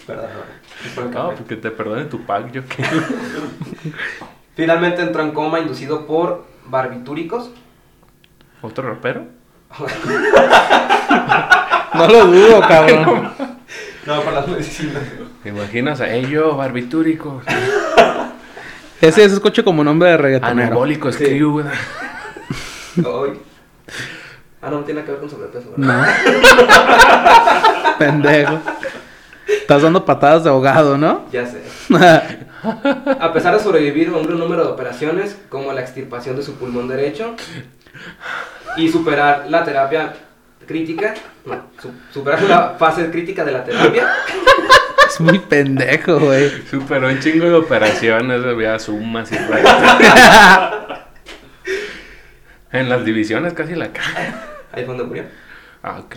Speaker 2: Perdón. perdón.
Speaker 3: No, porque te perdone tu pack, yo qué.
Speaker 2: Finalmente entró en coma inducido por barbitúricos.
Speaker 3: ¿Otro rapero?
Speaker 4: No lo dudo, cabrón.
Speaker 2: No, por las medicinas.
Speaker 3: ¿Te imaginas a ello, barbitúrico,
Speaker 4: Ese es coche como nombre de reggaetonero.
Speaker 3: anabólico,
Speaker 2: Sí.
Speaker 3: screw, güey?
Speaker 2: Ay. Ah, no, no tiene nada que ver con sobrepeso, ¿verdad?
Speaker 4: No. Pendejo. Estás dando patadas de ahogado, ¿no?
Speaker 2: Ya sé. A pesar de sobrevivir a un gran número de operaciones, como la extirpación de su pulmón derecho, y superar la terapia crítica, no, su- superar la fase crítica de la terapia,
Speaker 4: es muy pendejo, güey.
Speaker 3: Superó un chingo de operaciones, había sumas y rayas. En las divisiones casi la caga.
Speaker 2: ahí fue donde murió,
Speaker 3: Ah, ok.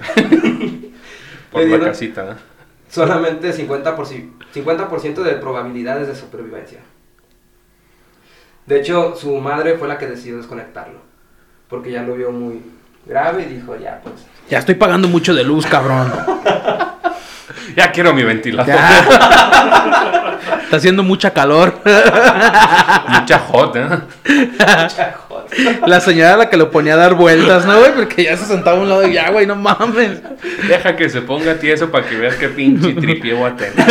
Speaker 3: Por
Speaker 2: Te
Speaker 3: la
Speaker 2: digo-
Speaker 3: casita. ¿eh?
Speaker 2: solamente 50%, por ci- 50 de probabilidades de supervivencia. De hecho, su madre fue la que decidió desconectarlo, porque ya lo vio muy grave y dijo, ya, pues,
Speaker 4: Ya estoy pagando mucho de luz, cabrón.
Speaker 3: Ya quiero mi ventilador.
Speaker 4: Ya. Está haciendo mucha calor.
Speaker 3: Mucha hot, ¿eh?
Speaker 4: La señora a la que lo ponía a dar vueltas, ¿no, güey? Porque ya se sentaba a un lado y ya, güey, no mames.
Speaker 3: Deja que se ponga tieso para que veas qué pinche tripié voy a tener.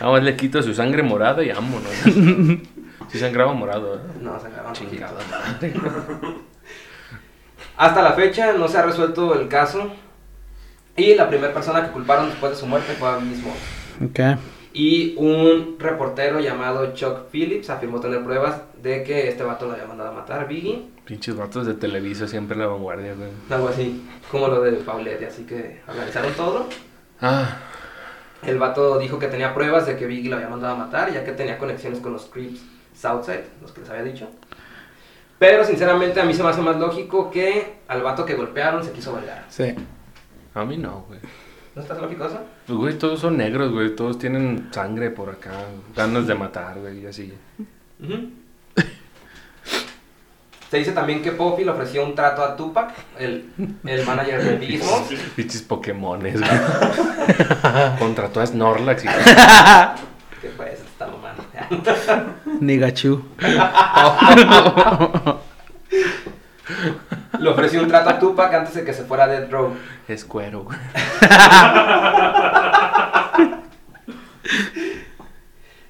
Speaker 3: Nada más le quito su sangre morada y vámonos. Si sangraba morado, ¿eh?
Speaker 2: no, se acabaron.
Speaker 3: Chingada madre.
Speaker 2: Hasta la fecha no se ha resuelto el caso y la primera persona que culparon después de su muerte fue a él mismo.
Speaker 4: Ok.
Speaker 2: Y un reportero llamado Chuck Phillips afirmó tener pruebas de que este vato lo había mandado a matar, Biggie,
Speaker 3: Pinches vatos de Televisa siempre en la vanguardia, güey.
Speaker 2: algo así, como lo de Paulette, así que analizaron todo.
Speaker 3: Ah,
Speaker 2: El vato dijo que tenía pruebas de que Biggie lo había mandado a matar, ya que tenía conexiones con los Crips Southside, los que les había dicho. Pero sinceramente a mí se me hace más lógico que al vato que golpearon se quiso vengar.
Speaker 4: Sí.
Speaker 3: a mí no, güey.
Speaker 2: ¿No estás lógico eso?
Speaker 3: Pues, güey, todos son negros, güey. Todos tienen sangre por acá, ganas de matar, güey, y así.
Speaker 2: Ujú. Se dice también que Poppy le ofreció un trato a Tupac, el, el manager de Biggie Smalls.
Speaker 3: Pinches Pokémones, güey. Contrató a Snorlax y...
Speaker 2: ¿Qué fue eso? pues, Está mamando.
Speaker 4: Nigachu.
Speaker 2: le ofreció un trato a Tupac antes de que se fuera a Death Row.
Speaker 3: Es cuero, güey.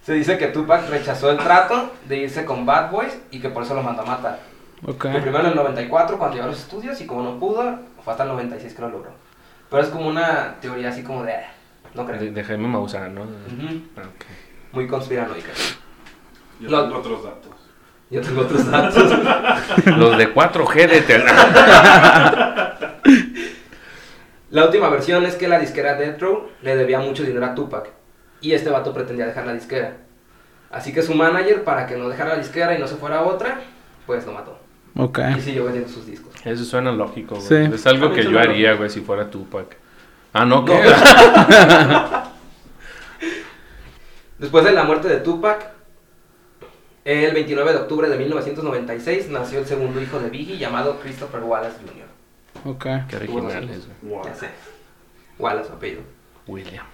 Speaker 2: Se dice que Tupac rechazó el trato de irse con Bad Boys y que por eso lo mandó a matar.
Speaker 4: Ok.
Speaker 2: Fue primero en el 94 cuando llegó a los estudios y como no pudo, fue hasta el 96 que lo logró. Pero es como una teoría así como de... "Ah, No creo.
Speaker 3: De- Déjame mausar, ¿no?
Speaker 2: Ujú.
Speaker 3: Ah, ok.
Speaker 2: Muy conspiranoica.
Speaker 5: Yo
Speaker 2: Lo-
Speaker 5: tengo otros datos.
Speaker 2: Yo tengo otros datos.
Speaker 3: Los de 4G de Tel...
Speaker 2: La última versión es que la disquera Death Row le debía mucho dinero a Tupac y este vato pretendía dejar la disquera. Así que su manager, para que no dejara la disquera y no se fuera a otra, pues lo mató.
Speaker 4: Ok.
Speaker 2: Y siguió vendiendo sus discos.
Speaker 3: Eso suena lógico, güey.
Speaker 4: Sí.
Speaker 3: Es algo que
Speaker 5: También
Speaker 3: yo
Speaker 5: suena
Speaker 3: haría, güey, si fuera Tupac. Ah, no, ¿qué?
Speaker 2: No. Después de la muerte de Tupac, el 29 de octubre de 1996 nació el segundo hijo de Biggie llamado Christopher Wallace Jr.
Speaker 4: Ok.
Speaker 3: Qué originales, güey.
Speaker 5: Wow.
Speaker 2: Ya sé. Wallace, su apellido.
Speaker 3: William.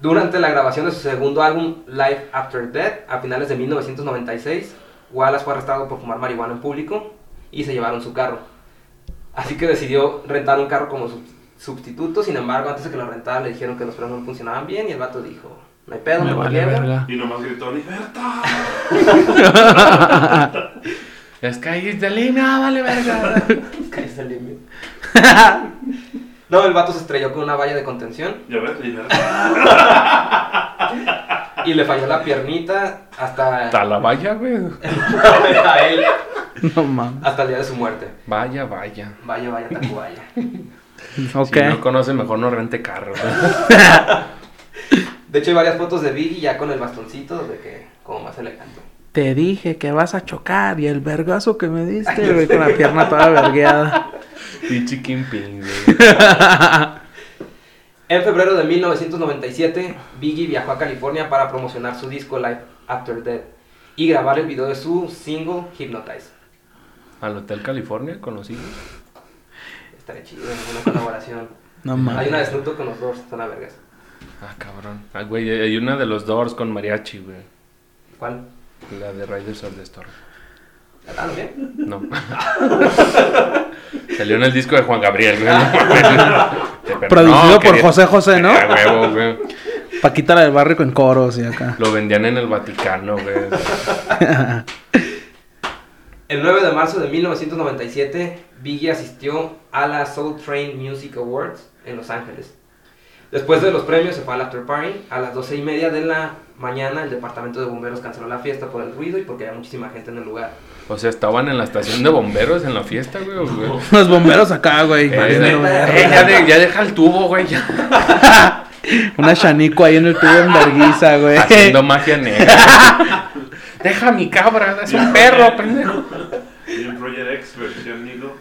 Speaker 2: Durante la grabación de su segundo álbum, Life After Death, a finales de 1996, Wallace fue arrestado por fumar marihuana en público y se llevaron su carro. Así que decidió rentar un carro como sub- sustituto, sin embargo, antes de que lo rentara le dijeron que los frenos no funcionaban bien y el vato dijo, no hay pedo,
Speaker 4: Me
Speaker 2: lo
Speaker 4: vale
Speaker 2: llevo".
Speaker 4: verga.
Speaker 5: Y nomás gritó, ¡Libertad!
Speaker 3: Las calles de Lima, vale verga.
Speaker 2: Cállate el límite. No, el vato se estrelló con una valla de contención
Speaker 5: Ya ves, libertad.
Speaker 2: y le falló la piernita hasta,
Speaker 3: Hasta la valla, güey.
Speaker 2: hasta él,
Speaker 4: No mames.
Speaker 2: hasta el día de su muerte.
Speaker 3: Vaya, vaya.
Speaker 2: Vaya, vaya, tacubaya.
Speaker 4: Ok.
Speaker 3: Si no conoce, mejor no rente carro.
Speaker 2: De hecho, hay varias fotos de Biggie ya con el bastoncito, de que como más elegante.
Speaker 4: Te dije que vas a chocar y el vergazo que me diste, güey, con la pierna toda vergueada.
Speaker 3: Pinche Kingpin, güey.
Speaker 2: En febrero de 1997, Biggie viajó a California para promocionar su disco Life After Death y grabar el video de su single Hypnotize.
Speaker 3: Al Hotel California, conocido.
Speaker 2: Estaría chido, una colaboración.
Speaker 4: No
Speaker 2: Hay una
Speaker 4: mames.
Speaker 2: de Snoop Dogg con los dos, son las vergas.
Speaker 3: Ah, cabrón. Ah, güey, hay una de los Doors con mariachi, güey.
Speaker 2: ¿Cuál?
Speaker 3: La de Riders of the Storm.
Speaker 2: Ah, ¿no bien?
Speaker 3: No. Salió en el disco de Juan Gabriel, güey. no mames.
Speaker 4: Producido
Speaker 3: No,
Speaker 4: por
Speaker 3: quería-
Speaker 4: José José, ¿no?
Speaker 3: Ah, huevo, güey.
Speaker 4: Paquita la del barrio con coros y acá.
Speaker 3: Lo vendían en el Vaticano, güey.
Speaker 2: El 9 de marzo de 1997, Biggie asistió a la Soul Train Music Awards en Los Ángeles. Después de los premios se fue al after party. A las 12 y media de la mañana, el departamento de bomberos canceló la fiesta por el ruido y porque había muchísima gente en el lugar.
Speaker 3: O sea, estaban en la estación de bomberos en la fiesta, güey. o qué?
Speaker 4: Los bomberos acá, güey.
Speaker 3: Eh, eh, ya, de- ya deja el tubo, güey. ya.
Speaker 4: Una chanico ahí en el tubo en verguiza, güey.
Speaker 3: Haciendo magia negra. deja mi cabra, es un perro, pendejo.
Speaker 5: Y el Roger X versión Nilo.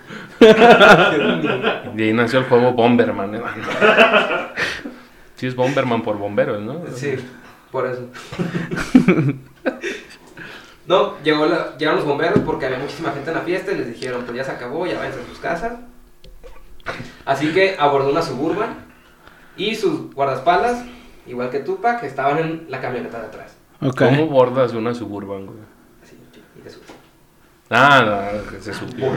Speaker 3: Y ahí nació el juego Bomberman, hermano. Sí, es Bomberman por bomberos, ¿no?
Speaker 2: Sí, por eso. No, llegó la- llegaron los bomberos porque había muchísima gente en la fiesta y les dijeron, pues ya se acabó, ya váyanse a sus casas. Así que abordó una suburban y sus guardaespaldas, igual que Tupac, estaban en la camioneta de atrás.
Speaker 4: Ok.
Speaker 3: ¿Cómo bordas una suburban, güey?
Speaker 2: Así, y de su-
Speaker 3: Ah, no, que se subió.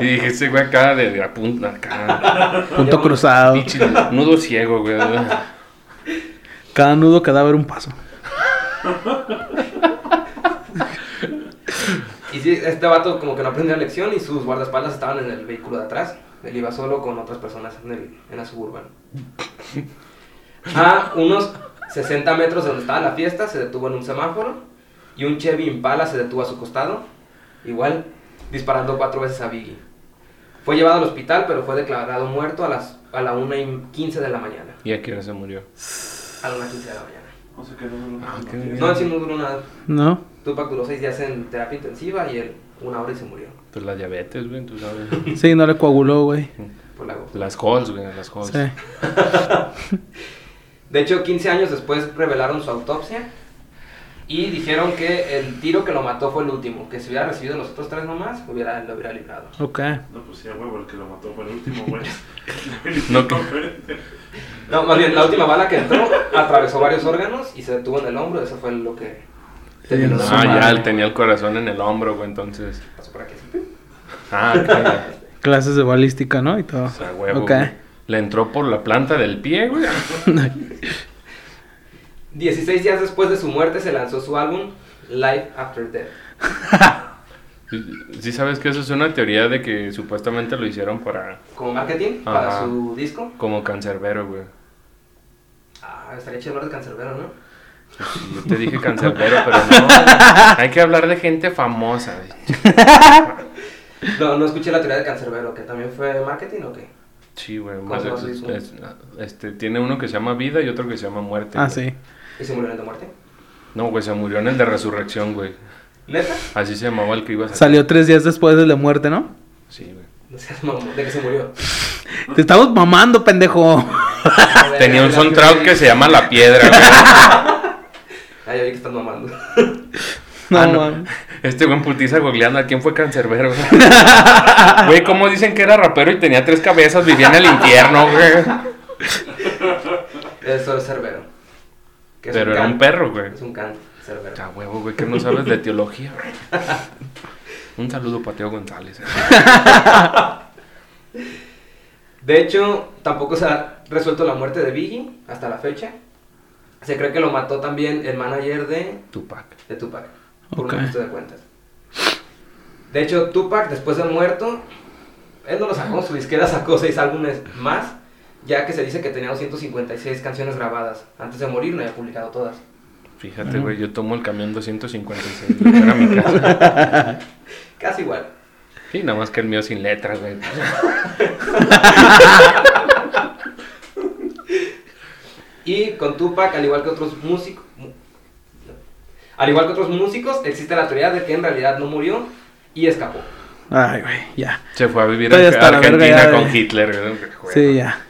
Speaker 3: Y dije, ese güey acá de, de la punta, acá.
Speaker 4: Punto cruzado.
Speaker 3: Pinche nudo ciego, güey.
Speaker 4: Cada nudo cadáver un paso.
Speaker 2: Y sí, este vato como que no aprendió la lección y sus guardaespaldas estaban en el vehículo de atrás. Él iba solo con otras personas en, el- en la suburban. A unos 60 metros de donde estaba la fiesta, se detuvo en un semáforo y un Chevy Impala se detuvo a su costado, igual disparando cuatro veces a Biggie. Fue llevado al hospital, pero fue declarado muerto a las a la 1 y 15 de la mañana.
Speaker 3: ¿Y a quién se murió?
Speaker 2: A la 1 y 15 de la mañana.
Speaker 5: No sé qué no, no,
Speaker 3: Ah,
Speaker 5: no.
Speaker 3: qué
Speaker 2: No, sí, no duró nada.
Speaker 4: ¿No?
Speaker 2: Tupac duró 6 días en terapia intensiva y él una hora y se murió
Speaker 3: Pues la diabetes, güey, tú sabes.
Speaker 4: Sí, no le coaguló, güey.
Speaker 2: por la gota.
Speaker 3: Las halls, güey, las halls.
Speaker 4: Sí.
Speaker 2: De hecho, 15 años después revelaron su autopsia y dijeron que el tiro que lo mató fue el último, que si hubiera recibido los otros tres nomás, hubiera, lo hubiera librado.
Speaker 4: Ok.
Speaker 5: No, pues sí, a huevo, el que lo mató fue el último, güey.
Speaker 3: No, que-
Speaker 2: No, más bien, la última bala que entró atravesó varios órganos y se detuvo en el hombro, eso fue lo que... terminó
Speaker 3: No,
Speaker 2: su
Speaker 3: Ah, ya
Speaker 2: madre.
Speaker 3: él tenía el corazón en el hombro, güey, entonces.
Speaker 2: Pasó por aquí.
Speaker 3: Ah, ok.
Speaker 4: Clases de balística, ¿no? Y todo.
Speaker 3: O sea, huevo.
Speaker 4: ok.
Speaker 3: güey. Le entró por la planta del pie, güey.
Speaker 2: 16 días después de su muerte se lanzó su álbum Life After Death.
Speaker 3: Sí, sabes que eso es una teoría de que supuestamente lo hicieron para.
Speaker 2: Como marketing para
Speaker 3: Ajá.
Speaker 2: su disco.
Speaker 3: como cancerbero, güey.
Speaker 2: Ah, estaría chido hablar de Cancerbero, ¿no?
Speaker 3: Yo te dije cancerbero, pero no. Hay que hablar de gente famosa. güey.
Speaker 2: No, no escuché la teoría de Cancerbero, que también fue marketing o qué.
Speaker 3: Sí, güey. más
Speaker 2: ¿Cuál más
Speaker 3: es-
Speaker 2: hizo?
Speaker 3: es- este, tiene uno que se llama vida y otro que se llama muerte.
Speaker 4: Ah,
Speaker 3: güey.
Speaker 4: sí.
Speaker 2: ¿Y se murió de muerte?
Speaker 3: No, güey, se murió en el de resurrección, güey.
Speaker 2: ¿Neta?
Speaker 3: Así se llamaba el que iba a salir.
Speaker 4: Salió tres días después de la muerte, ¿no?
Speaker 3: Sí, güey.
Speaker 2: No seas mamón, de que se murió.
Speaker 4: Te estamos mamando, pendejo.
Speaker 3: Tenía un soundtrack que se llama La Piedra, güey.
Speaker 2: Ay, ya vi que estás mamando.
Speaker 4: No,
Speaker 3: Ah, no.
Speaker 4: man.
Speaker 3: Este güey en putiza googleando a quién fue cancerbero, güey. Güey, ¿cómo dicen que era rapero y tenía tres cabezas? Vivía en el infierno, güey.
Speaker 2: Eso es Cerbero. Que es
Speaker 3: Pero era
Speaker 2: can.
Speaker 3: un perro, güey.
Speaker 2: Es un can, Cerbero.
Speaker 3: A huevo, güey, que no sabes de teología, güey. Un saludo para Teo González. eh, güey.
Speaker 2: De hecho, tampoco se ha resuelto la muerte de Biggie hasta la fecha. Se cree que lo mató también el manager de,
Speaker 3: Tupac.
Speaker 2: de Tupac. Por
Speaker 4: Ok.
Speaker 2: un ajuste de cuentas. De hecho, Tupac, después de muerto, él no lo sacó. Su disquera sacó seis álbumes más, ya que se dice que tenía 256 canciones grabadas. Antes de morir no había publicado todas.
Speaker 3: Fíjate, güey, yo tomo el camión 256 güey, para mi casa.
Speaker 2: Casi igual.
Speaker 3: Sí, nada más que el mío sin letras, güey.
Speaker 2: Y con Tupac, al igual que otros músicos, mu- al igual que otros músicos, existe la teoría de que en realidad no murió y escapó.
Speaker 4: Ay, güey, ya.
Speaker 3: Se fue a vivir
Speaker 4: Estoy
Speaker 3: a
Speaker 4: hasta la verga
Speaker 3: Argentina
Speaker 4: ya de-
Speaker 3: con Hitler, güey.
Speaker 4: Sí, ya.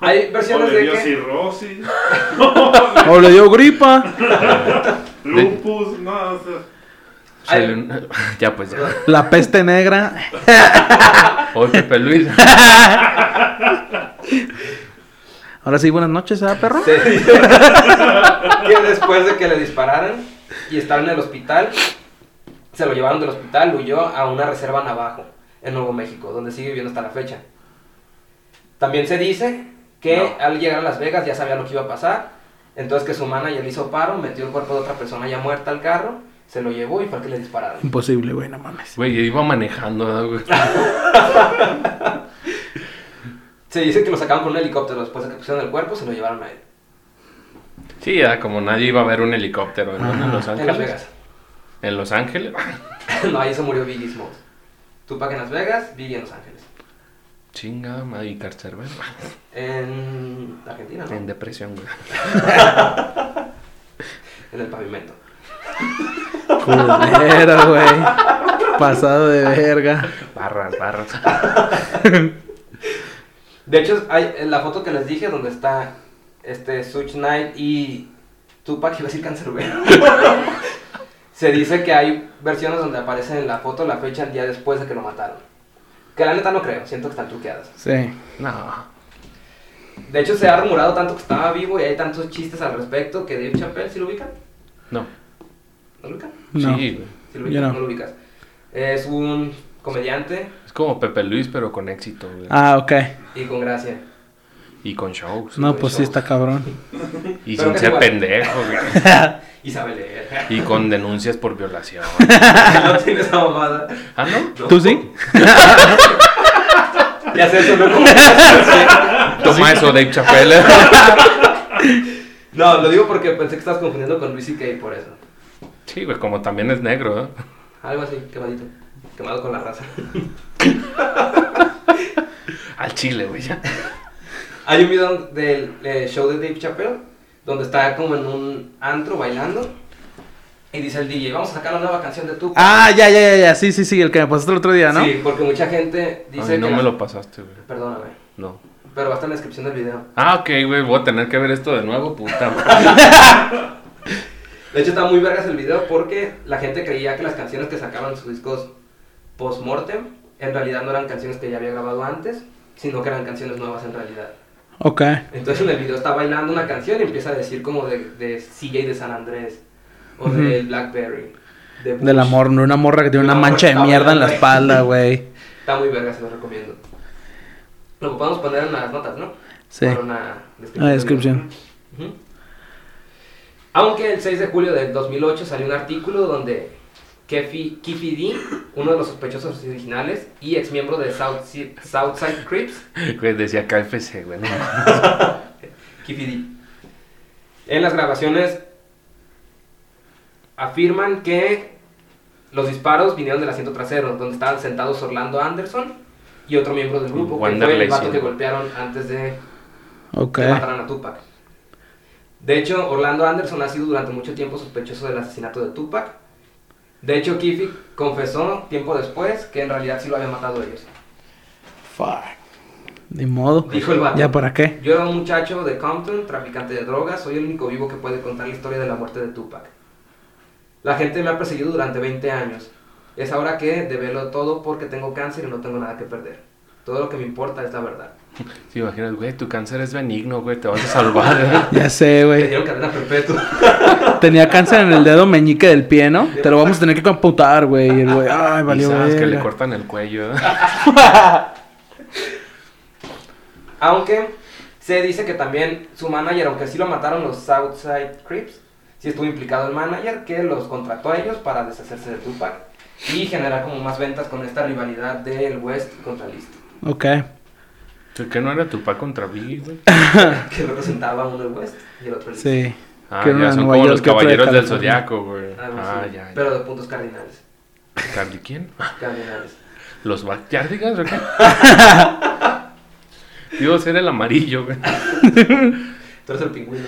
Speaker 2: Hay
Speaker 4: Pues
Speaker 5: O
Speaker 2: versiones
Speaker 5: le
Speaker 2: de
Speaker 5: dio
Speaker 2: que
Speaker 5: cirrosis,
Speaker 4: O le dio gripa.
Speaker 5: lupus, no, o sea,
Speaker 3: Sale un- Ya, pues ya.
Speaker 4: La peste negra.
Speaker 3: Hoy Pepe Luis.
Speaker 4: Ahora sí, buenas noches, ¿ah, perro?
Speaker 2: se dice que después de que le dispararan y estar en el hospital, se lo llevaron del hospital, huyó a una reserva navajo en Nuevo México, donde sigue viviendo hasta la fecha. También se dice que
Speaker 5: No.
Speaker 2: al llegar a Las Vegas ya sabía lo que iba a pasar, entonces que su manager le hizo paro, metió el cuerpo de otra persona ya muerta al carro, se lo llevó y fue al que le dispararon.
Speaker 4: Imposible, güey, no mames.
Speaker 3: Güey, yo iba manejando, ¿verdad, güey?
Speaker 2: Se dice que lo sacaron con un helicóptero, después de que pusieron el cuerpo se lo llevaron a él,
Speaker 3: Sí, ya como nadie iba a ver un helicóptero ¿no? en Los
Speaker 2: en Las
Speaker 3: Ángeles.
Speaker 2: Vegas.
Speaker 3: En Los Ángeles.
Speaker 2: no, ahí se murió Biggie Smalls. Tupac en Las Vegas, Biggie en Los Ángeles.
Speaker 3: Chingada madre, y Carcerver.
Speaker 2: En Argentina, ¿no?
Speaker 3: En depresión, güey.
Speaker 2: En el pavimento.
Speaker 4: Culero, güey. Pasado de verga.
Speaker 3: Barras, barras.
Speaker 2: De hecho, hay en la foto que les dije donde está este Suge Knight y Tupac, iba a decir Cancerbero. Se dice que hay versiones donde aparece en la foto la fecha el día después de que lo mataron. Que la neta no creo, siento que están truqueadas.
Speaker 4: Sí.
Speaker 3: No.
Speaker 2: De hecho, se ha rumorado tanto que estaba vivo y hay tantos chistes al respecto que Dave Chappelle, ¿sí lo ubican?
Speaker 3: No.
Speaker 2: ¿No lo ubican?
Speaker 4: No.
Speaker 3: Sí, güey.
Speaker 2: ¿Sí lo
Speaker 4: Yo
Speaker 2: ubican?
Speaker 4: no.
Speaker 2: No. lo ubicas. Es un comediante
Speaker 3: Es como Pepe Luis, pero con éxito, güey.
Speaker 4: Ah, ok.
Speaker 2: y con gracia.
Speaker 3: Y con shows.
Speaker 4: No,
Speaker 2: güey,
Speaker 4: pues sí
Speaker 2: shows.
Speaker 4: está cabrón.
Speaker 3: Y
Speaker 2: Pero
Speaker 3: sin
Speaker 2: que
Speaker 3: ser
Speaker 2: igual.
Speaker 3: pendejo, güey.
Speaker 2: Y sabe leer.
Speaker 3: Y con denuncias por violación.
Speaker 2: no tiene esa mamada.
Speaker 3: Ah, ¿no?
Speaker 2: No.
Speaker 4: ¿Tú sí?
Speaker 2: Ya sé, eso no como...
Speaker 3: Toma eso, Dave Chappelle.
Speaker 2: No, lo digo porque pensé que estabas confundiendo con Luis C.K. por eso.
Speaker 3: Sí, güey, como también es negro, ¿eh?
Speaker 2: Algo así, quemadito. Quemado con la raza.
Speaker 3: Al chile, güey, ya.
Speaker 2: Hay un video del eh, show de Dave Chappelle donde está como en un antro bailando y dice el DJ, vamos a sacar la nueva canción de Tupac.
Speaker 4: Ah, ya, ya, ya, ya. Sí, sí, sí. El que me pasaste el otro día, ¿no?
Speaker 2: Sí, porque mucha gente dice
Speaker 3: Ay, no
Speaker 2: que...
Speaker 3: me
Speaker 2: las-
Speaker 3: lo pasaste, güey.
Speaker 2: Perdóname,
Speaker 3: No.
Speaker 2: pero va a estar en la descripción del video.
Speaker 3: Ah, ok, güey, voy a tener que ver esto de nuevo, puta. madre.
Speaker 2: De hecho, está muy vergas el video porque la gente creía que las canciones que sacaban en sus discos post-mortem en realidad no eran canciones que ya había grabado antes, sino que eran canciones nuevas en realidad.
Speaker 4: Ok.
Speaker 2: Entonces en el video está bailando una canción y empieza a decir como de, de CJ de San Andrés o de Blackberry. De Bush.
Speaker 4: Del amor, no una morra que tiene una
Speaker 2: Una
Speaker 4: mancha de
Speaker 2: morra
Speaker 4: mierda en la
Speaker 2: güey.
Speaker 4: espalda, güey.
Speaker 2: Está muy verga, se lo recomiendo. Lo podemos poner en las notas, ¿no?
Speaker 4: Sí.
Speaker 2: Para una descripción.
Speaker 4: Una Ah, descripción.
Speaker 2: Ujú. Aunque el 6 de julio del 2008 salió un artículo donde Kefi, Kefi D, uno de los sospechosos originales y ex miembro de South, Southside Crips,
Speaker 3: Güey, decía KFC, güey. no.
Speaker 2: KPD. En las grabaciones afirman que los disparos vinieron del asiento trasero, donde estaban sentados Orlando Anderson y otro miembro del grupo, que fue
Speaker 3: Wanderley,
Speaker 2: el vato
Speaker 3: sí.
Speaker 2: que golpearon antes de
Speaker 4: Ok.
Speaker 2: que mataran a Tupac. De hecho, Orlando Anderson ha sido durante mucho tiempo sospechoso del asesinato de Tupac. De hecho, Kiffy confesó tiempo después que en realidad sí lo habían matado ellos.
Speaker 4: Fuck. Ni modo.
Speaker 2: Dijo el vato.
Speaker 4: ¿Ya para qué?
Speaker 2: Yo era un muchacho de Compton, traficante de drogas, soy el único vivo que puede contar la historia de la muerte de Tupac. La gente me ha perseguido durante 20 años. Es ahora que develo todo porque tengo cáncer y no tengo nada que perder. Todo lo que me importa es la verdad.
Speaker 3: Te imaginas, güey, tu cáncer es benigno, güey, te vas a salvar, ¿eh?
Speaker 4: Ya sé,
Speaker 2: Me
Speaker 4: güey.
Speaker 2: dieron cadena perpetua.
Speaker 4: Tenía cáncer en el dedo meñique del pie, ¿no? Te lo vamos a tener que computar, güey. Y el güey, ay,
Speaker 3: Y
Speaker 4: valió,
Speaker 3: sabes que le
Speaker 4: güey.
Speaker 3: cortan el cuello. ¿eh?
Speaker 2: Aunque se dice que también su manager, aunque sí lo mataron los Southside Crips, sí estuvo implicado el manager que los contrató a ellos para deshacerse de Tupac y generar como más ventas con esta rivalidad del West contra el East.
Speaker 4: Ok.
Speaker 3: ¿Tú ¿Qué no era tu pa contra Biggie, güey?
Speaker 2: que representaba uno el West y el otro el East.
Speaker 4: Sí.
Speaker 3: Ah,
Speaker 4: Que era
Speaker 3: ya
Speaker 4: una
Speaker 3: son
Speaker 4: Nueva
Speaker 3: como
Speaker 4: York
Speaker 3: los
Speaker 4: que otra de
Speaker 3: caballeros del
Speaker 4: California.
Speaker 3: zodiaco, güey.
Speaker 2: Algo
Speaker 3: Ah,
Speaker 2: así,
Speaker 3: ya. ya.
Speaker 2: Pero de puntos cardinales.
Speaker 3: ¿Cardi quién?
Speaker 2: Cardinales.
Speaker 3: ¿Los Backyardigans o qué? Digo, ser el amarillo, güey.
Speaker 2: Tú eres el pingüino.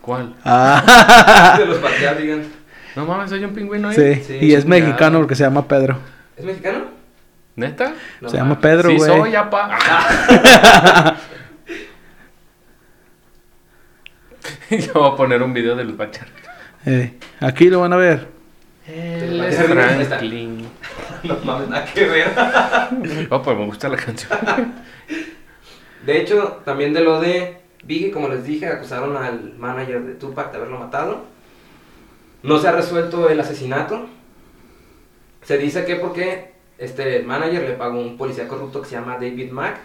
Speaker 3: ¿Cuál?
Speaker 4: Ah,
Speaker 2: De los pateas, digan.
Speaker 3: No mames, soy un pingüino ahí.
Speaker 4: sí.
Speaker 2: Sí,
Speaker 4: Y es
Speaker 2: chingada.
Speaker 4: mexicano porque se llama Pedro.
Speaker 2: ¿Es mexicano?
Speaker 3: ¿Neta?
Speaker 2: No,
Speaker 4: se llama
Speaker 2: mames.
Speaker 4: Pedro,
Speaker 3: sí,
Speaker 4: güey.
Speaker 3: soy, apa. Yo voy a poner un video de los Backyardigans.
Speaker 4: Eh, aquí lo van a ver.
Speaker 3: Él
Speaker 2: Los
Speaker 3: es
Speaker 2: Backyardigans, ahí está.
Speaker 3: Franklin.
Speaker 2: No mames, nada que ver.
Speaker 3: Oh, pues me gusta la canción.
Speaker 2: De hecho, también de lo de Biggie, como les dije, acusaron al manager de Tupac de haberlo matado. No se ha resuelto el asesinato. Se dice que porque este el manager le pagó a un policía corrupto que se llama David Mack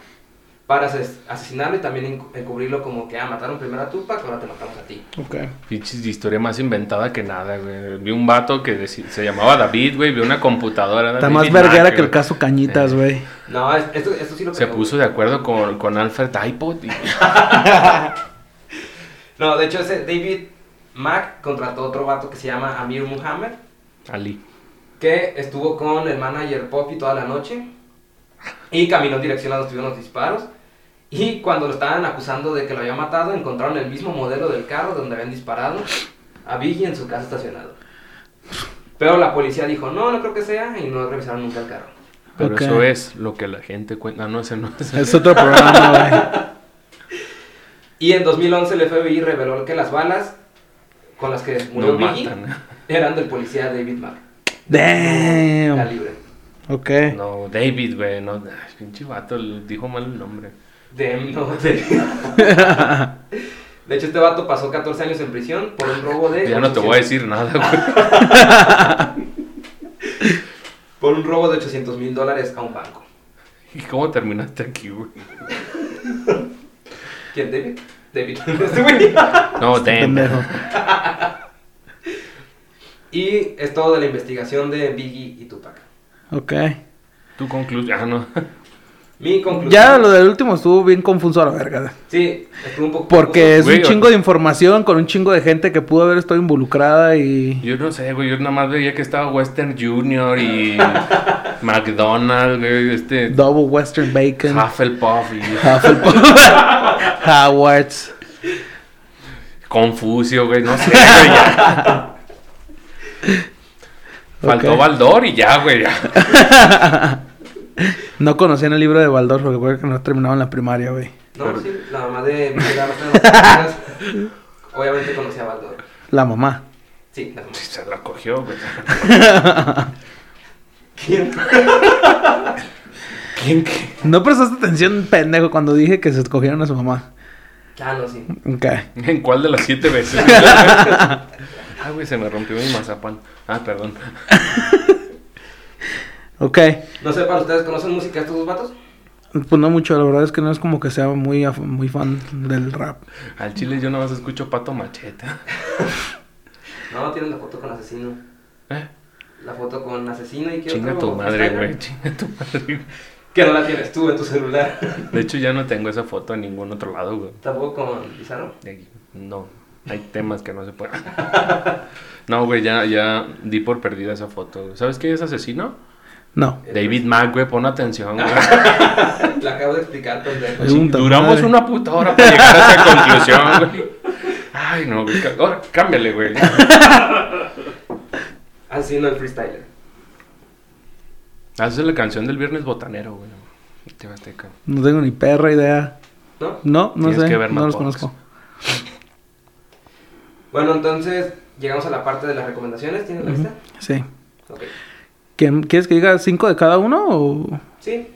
Speaker 2: para ases- asesinarlo y también encu- encubrirlo como que ah, mataron primero a Tupac, ahora te matamos a ti.
Speaker 4: Ok.
Speaker 3: Pinches historia más inventada que nada, güey. Vi un vato que deci- se llamaba David, güey. Vi una computadora.
Speaker 4: Está
Speaker 3: David
Speaker 4: más
Speaker 3: Mac,
Speaker 4: verguera que
Speaker 3: güey.
Speaker 4: el caso Cañitas, güey.
Speaker 2: No, es- esto, esto sí lo
Speaker 3: Se
Speaker 2: creo.
Speaker 3: puso de acuerdo con, con Alfred iPod. y-
Speaker 2: No, de hecho ese David Mack contrató a otro vato que se llama Amir Muhammad,
Speaker 3: Ali.
Speaker 2: que estuvo con el manager Poppy toda la noche y caminó en dirección a donde estuvieron los disparos. Y cuando lo estaban acusando de que lo había matado, encontraron el mismo modelo del carro donde habían disparado a Biggie en su casa estacionado. Pero la policía dijo, no, no creo que sea, y no revisaron nunca el carro.
Speaker 3: Pero
Speaker 4: Ok.
Speaker 3: eso es lo que la gente cuenta. Ah, no, ese no es.
Speaker 4: Es otro programa, güey.
Speaker 2: Y en 2011 el FBI reveló que las balas con las que murió
Speaker 3: No
Speaker 2: Biggie
Speaker 3: matan. ¿eh?
Speaker 2: eran del policía David Mack. La
Speaker 4: Damn.
Speaker 2: libre.
Speaker 4: Ok.
Speaker 3: No, David, güey. No, Ay, pinche vato. le Dijo mal el nombre.
Speaker 2: Dem- no, de... De hecho, este vato pasó 14 años en prisión por un robo de...
Speaker 3: Pues Ya no te
Speaker 2: 800
Speaker 3: voy a decir nada, güey.
Speaker 2: Por un robo de 800 mil dólares a un banco.
Speaker 3: ¿Y cómo terminaste aquí, güey?
Speaker 2: ¿Quién, David? David. Este güey.
Speaker 3: No, damn.
Speaker 4: Este Pendejo.
Speaker 2: y es todo de la investigación de Biggie y Tupac.
Speaker 4: Ok.
Speaker 3: Tú concluye. Ah, no.
Speaker 2: Mi conclusión...
Speaker 4: Ya lo del último estuvo bien confuso a la verga.
Speaker 2: Sí, estuvo un poco...
Speaker 4: Porque es
Speaker 3: Güey,
Speaker 4: un chingo de información con un chingo de gente que pudo haber estado involucrada y.
Speaker 3: Yo no sé, güey. Yo nada más veía que estaba Western Junior y McDonald's, güey. Este.
Speaker 4: Double Western Bacon.
Speaker 3: Hufflepuff y
Speaker 4: Hufflepuff. Howard's.
Speaker 3: Confucio, güey. No sé, güey. ya. Faltó
Speaker 4: Ok.
Speaker 3: Baldor y ya, güey. ya.
Speaker 4: No conocían el libro de Baldor porque creo que no terminaban la primaria, güey.
Speaker 2: No, sí, la mamá de Biggie era nuestra- Obviamente conocía a Baldor.
Speaker 4: La mamá.
Speaker 2: Sí, la mamá.
Speaker 3: Se la cogió, güey.
Speaker 2: ¿Quién?
Speaker 3: ¿Quién qué?
Speaker 4: No prestaste atención, pendejo, cuando dije que se escogieron a su mamá.
Speaker 2: Ah, no, sí.
Speaker 4: Ok.
Speaker 3: ¿En cuál de las siete veces? ah, güey, se me rompió mi mazapán. Ah, perdón.
Speaker 4: Ok.
Speaker 2: No sé, para ustedes, ¿conocen música estos dos vatos?
Speaker 4: Pues no mucho, la verdad es que no es como que sea muy, af- muy fan del rap.
Speaker 3: Al chile yo nada más escucho pato machete.
Speaker 2: No, tienen la foto con asesino.
Speaker 3: ¿Eh?
Speaker 2: La foto con asesino y qué
Speaker 3: Chinga
Speaker 2: otro?
Speaker 3: tu madre,
Speaker 2: Instagram.
Speaker 3: güey. Chinga tu madre. güey.
Speaker 2: Que no la tienes tú en tu celular.
Speaker 3: De hecho, ya no tengo esa foto en ningún otro lado, güey.
Speaker 2: Tampoco con Pizarro.
Speaker 3: De aquí. No, hay temas que no se pueden. No, güey, ya, ya di por perdida esa foto. güey. ¿Sabes qué es asesino?
Speaker 4: No.
Speaker 3: David Mack, güey, pon atención, güey.
Speaker 2: La acabo de explicar, pendejo.
Speaker 4: Es un-
Speaker 3: Pues Duramos una puta hora para llegar a esa conclusión, güey. Ay, no, güey. ca- Ahora, cámbiale, güey.
Speaker 2: Asesino el freestyler.
Speaker 3: Haces la canción del viernes botanero, güey. Te Azteca.
Speaker 4: No tengo ni perra idea.
Speaker 2: ¿No?
Speaker 4: No, no
Speaker 3: Tienes
Speaker 4: sé.
Speaker 3: que ver
Speaker 4: no
Speaker 3: más
Speaker 4: los
Speaker 3: podcasts.
Speaker 4: conozco.
Speaker 2: Bueno, entonces llegamos a la parte de las recomendaciones. ¿Tienes la lista?
Speaker 4: Sí.
Speaker 2: Ok.
Speaker 4: ¿Quién- ¿Quieres que diga cinco de cada uno o
Speaker 2: Sí.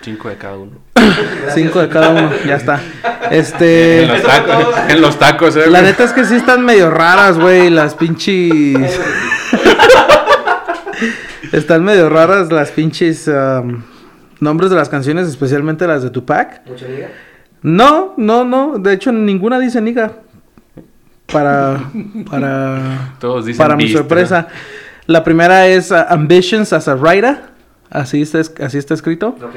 Speaker 3: Cinco de cada uno.
Speaker 2: gracias.
Speaker 4: cinco de cada uno? Ya está.
Speaker 3: En
Speaker 4: Este.
Speaker 3: los
Speaker 2: eso fue
Speaker 3: tacos,
Speaker 2: todo.
Speaker 3: en los tacos, eh.
Speaker 4: La
Speaker 3: güey.
Speaker 4: neta es que sí están medio raras, güey. Las
Speaker 2: Eh,
Speaker 4: pinches.
Speaker 2: güey,
Speaker 4: Están medio raras las pinches. am, nombres de las canciones, especialmente las de Tupac.
Speaker 2: Mucha amiga.
Speaker 4: No, no, no. De hecho, ninguna dice niga. Para. Para.
Speaker 3: Todos dicen
Speaker 4: para mi
Speaker 3: beast,
Speaker 4: sorpresa. La primera es ah, Ambitions as a Writer. Así está, es- así está escrito.
Speaker 2: Ok.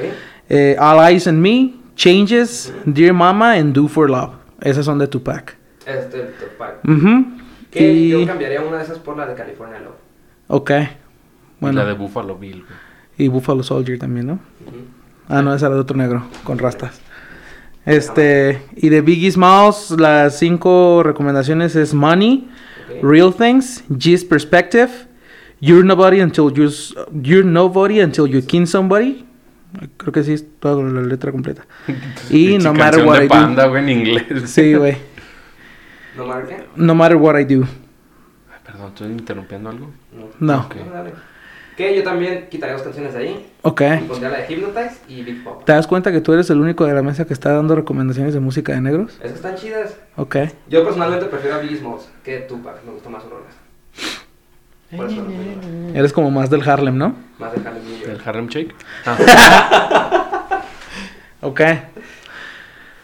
Speaker 4: Eh, All Eyes on Me, Changes, Dear Mama, and Do for Love. Esas son de Tupac.
Speaker 2: Este, Tupac.
Speaker 4: Ujú.
Speaker 2: Que
Speaker 4: Y-
Speaker 2: yo cambiaría una de esas por la de California Love.
Speaker 4: Ok.
Speaker 3: Y
Speaker 4: Bueno,
Speaker 3: La de Buffalo Bill, güey.
Speaker 4: y Buffalo Soldier también, ¿no?
Speaker 2: Ujú.
Speaker 4: Ah, no, esa era de otro negro, con rastas. Este, y de Biggie Smalls, las cinco recomendaciones es Money,
Speaker 2: Ok.
Speaker 4: Real Things, G's Perspective, You're Nobody Until You... You're Nobody Until You Kin Somebody. Creo que sí, es toda la letra completa. Y
Speaker 3: Pinche
Speaker 4: No Matter
Speaker 3: canción
Speaker 4: What
Speaker 3: de
Speaker 4: I Do.
Speaker 3: panda, güey, en inglés.
Speaker 4: Sí, güey.
Speaker 2: ¿No marca?
Speaker 4: No Matter What I Do.
Speaker 3: Ay, Ah, Perdón, ¿estoy interrumpiendo algo?
Speaker 2: No.
Speaker 4: No.
Speaker 3: Ok.
Speaker 2: No, dale. Que yo también quitaría dos canciones de ahí.
Speaker 4: Ok.
Speaker 2: Y pondría la de Hypnotize y Big Pop.
Speaker 4: ¿Te das cuenta que tú eres el único de la mesa que está dando recomendaciones de música de negros?
Speaker 2: Esas están chidas.
Speaker 4: Ok.
Speaker 2: Yo personalmente prefiero a Biggie Smalls que Tupac. Me gustó más sus rolas. Por eso lo tengo.
Speaker 4: Eres como más del Harlem, ¿no?
Speaker 2: Más de Harlem New York.
Speaker 3: ¿El Harlem Shake? Ah.
Speaker 4: Ok.